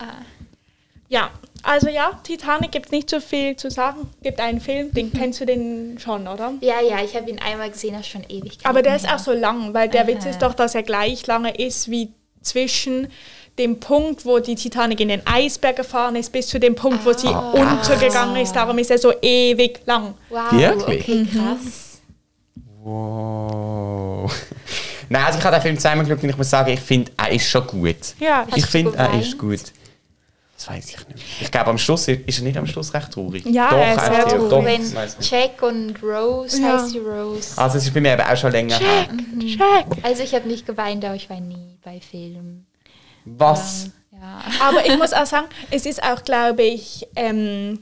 Speaker 3: Ja, also ja, Titanic gibt es nicht so viel zu sagen. Gibt einen Film, den kennst du den schon, oder?
Speaker 1: ja, ja, ich habe ihn einmal gesehen, das ist schon ewig.
Speaker 3: Aber der ist auch so lang, weil der Witz ist doch, dass er gleich lange ist wie zwischen dem Punkt, wo die Titanic in den Eisberg gefahren ist, bis zu dem Punkt, wo sie untergegangen ist. Darum ist er so ewig lang.
Speaker 1: Wow,
Speaker 2: Wirklich?
Speaker 1: okay, krass.
Speaker 2: Wow. Oh. Nein, also ich habe den Film zweimal geschaut und ich muss sagen, ich finde, er ist schon gut.
Speaker 3: Ja,
Speaker 2: ich
Speaker 1: du
Speaker 2: finde, er
Speaker 1: geweint?
Speaker 2: ist gut. Das weiß ich nicht. Ich glaube, am Schluss ist er nicht am Schluss recht traurig.
Speaker 3: Ja,
Speaker 2: doch,
Speaker 3: er ist sehr
Speaker 2: doch,
Speaker 3: traurig.
Speaker 2: Doch,
Speaker 1: Wenn
Speaker 2: weiss nicht.
Speaker 1: Jack und Rose
Speaker 3: Mhm. Ja.
Speaker 1: heißt die Rose.
Speaker 2: also es ist bei mir eben auch schon länger her.
Speaker 3: check.
Speaker 1: Also ich habe nicht geweint, aber ich weine nie bei Filmen.
Speaker 2: Was?
Speaker 1: Ja.
Speaker 3: Aber ich muss auch sagen, es ist auch, glaube ich, ähm,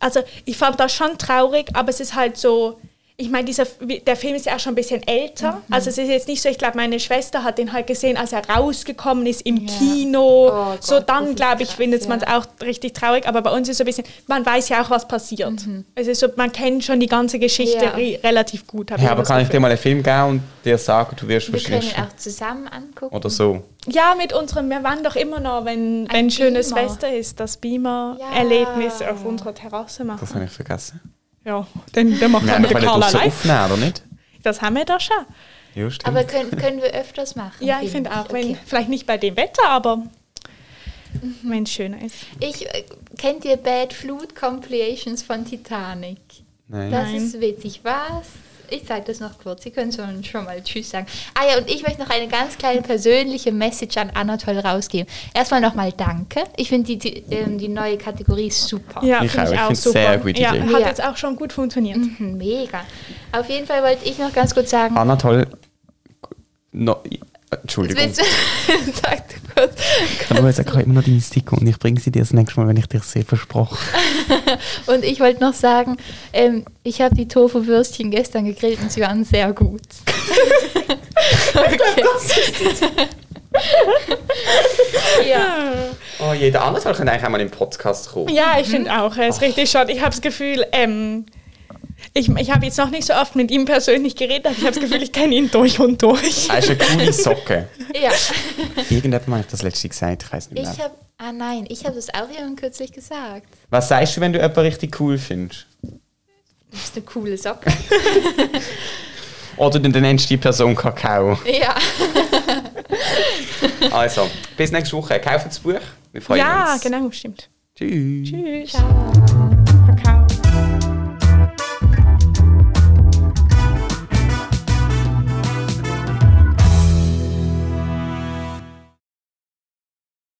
Speaker 3: also ich fand das schon traurig, aber es ist halt so, ich meine, dieser, der Film ist ja auch schon ein bisschen älter.
Speaker 1: Mhm.
Speaker 3: Also es ist jetzt nicht so, ich glaube, meine Schwester hat den halt gesehen, als er rausgekommen ist im Kino.
Speaker 1: Oh
Speaker 3: so
Speaker 1: Gott, das
Speaker 3: dann,
Speaker 1: ist
Speaker 3: glaube ich,
Speaker 1: krass,
Speaker 3: findet man es auch richtig traurig. Aber bei uns ist so ein bisschen, man weiß ja auch, was passiert. Es ist so, man kennt schon die ganze Geschichte
Speaker 1: Mhm. Ja.
Speaker 3: re relativ gut. hab
Speaker 2: Ja,
Speaker 3: ich
Speaker 2: aber
Speaker 3: das
Speaker 2: kann ich dir
Speaker 3: Gefühl.
Speaker 2: mal einen Film geben und dir sagen, du wirst
Speaker 1: Wir können
Speaker 2: wahrscheinlich...
Speaker 1: ihn auch zusammen angucken.
Speaker 2: Oder so.
Speaker 3: Ja, mit unserem, wir waren doch immer noch, wenn, wenn schönes
Speaker 1: Beamer.
Speaker 3: Wetter ist, das
Speaker 1: Ja.
Speaker 3: Beamer-Erlebnis auf unserer Terrasse machen.
Speaker 2: Das habe ich vergessen.
Speaker 3: Ja, dann, dann machen
Speaker 2: Nein, wir
Speaker 3: wir
Speaker 2: können
Speaker 3: Carla
Speaker 2: das so
Speaker 3: live.
Speaker 2: aufnehmen, oder nicht?
Speaker 3: Das haben wir doch schon.
Speaker 2: Ja, stimmt.
Speaker 1: Aber können, können wir öfters machen.
Speaker 3: Ja, ich finde auch, wenn,
Speaker 1: Okay.
Speaker 3: vielleicht nicht bei dem Wetter, aber wenn es schöner ist.
Speaker 1: Ich, äh, kennt ihr Bad Flute Compilations von Titanic?
Speaker 2: Nein.
Speaker 1: Das
Speaker 3: Nein.
Speaker 1: ist witzig. Was? Ich zeige das noch kurz. Sie können schon, schon mal Tschüss sagen. Ah ja, und ich möchte noch eine ganz kleine persönliche Message an Anatol rausgeben. Erstmal nochmal Danke. Ich finde die, die, ähm, die neue Kategorie super.
Speaker 3: Ja,
Speaker 2: Ich
Speaker 3: finde ich
Speaker 2: auch, Ah, ich
Speaker 3: auch
Speaker 2: find's
Speaker 3: super.
Speaker 2: sehr gute
Speaker 3: ja,
Speaker 2: Idee.
Speaker 3: hat
Speaker 1: Ja.
Speaker 3: jetzt auch schon gut funktioniert.
Speaker 1: Hm, Mega. Auf jeden Fall wollte ich noch ganz kurz sagen.
Speaker 2: Anatol... No, Entschuldigung.
Speaker 1: Willst du- Sag du kurz.
Speaker 2: Aber ich sage immer noch deine Sticker und ich bringe sie dir das nächste Mal, wenn ich dich sehe, versprochen.
Speaker 1: Und ich wollte noch sagen, ähm, ich habe die Tofu-Würstchen gestern gegrillt und sie waren sehr gut. okay. ja.
Speaker 2: Oh, jeder andere soll eigentlich einmal im Podcast kommen.
Speaker 3: Ja, ich finde auch, er ist richtig schade. Ich habe das Gefühl, ähm, ich, ich habe jetzt noch nicht so oft mit ihm persönlich geredet, aber ich habe das Gefühl, ich kenne ihn durch und durch.
Speaker 2: Er Ah, ist eine coole Socke.
Speaker 1: ja.
Speaker 2: Irgendjemand hat das letzte gesagt, ich weiß nicht mehr.
Speaker 1: Ich habe, ah nein, ich habe das auch jemandem kürzlich gesagt.
Speaker 2: Was sagst du, wenn du jemanden richtig cool findest?
Speaker 1: Das ist eine coole Socke.
Speaker 2: Oder du nennst die Person Kakao.
Speaker 1: ja.
Speaker 2: Also, bis nächste Woche. Kauft das Buch. Wir freuen
Speaker 3: ja,
Speaker 2: uns.
Speaker 3: genau, stimmt.
Speaker 2: Tschüss.
Speaker 3: Tschüss.
Speaker 1: Mhm. Ciao.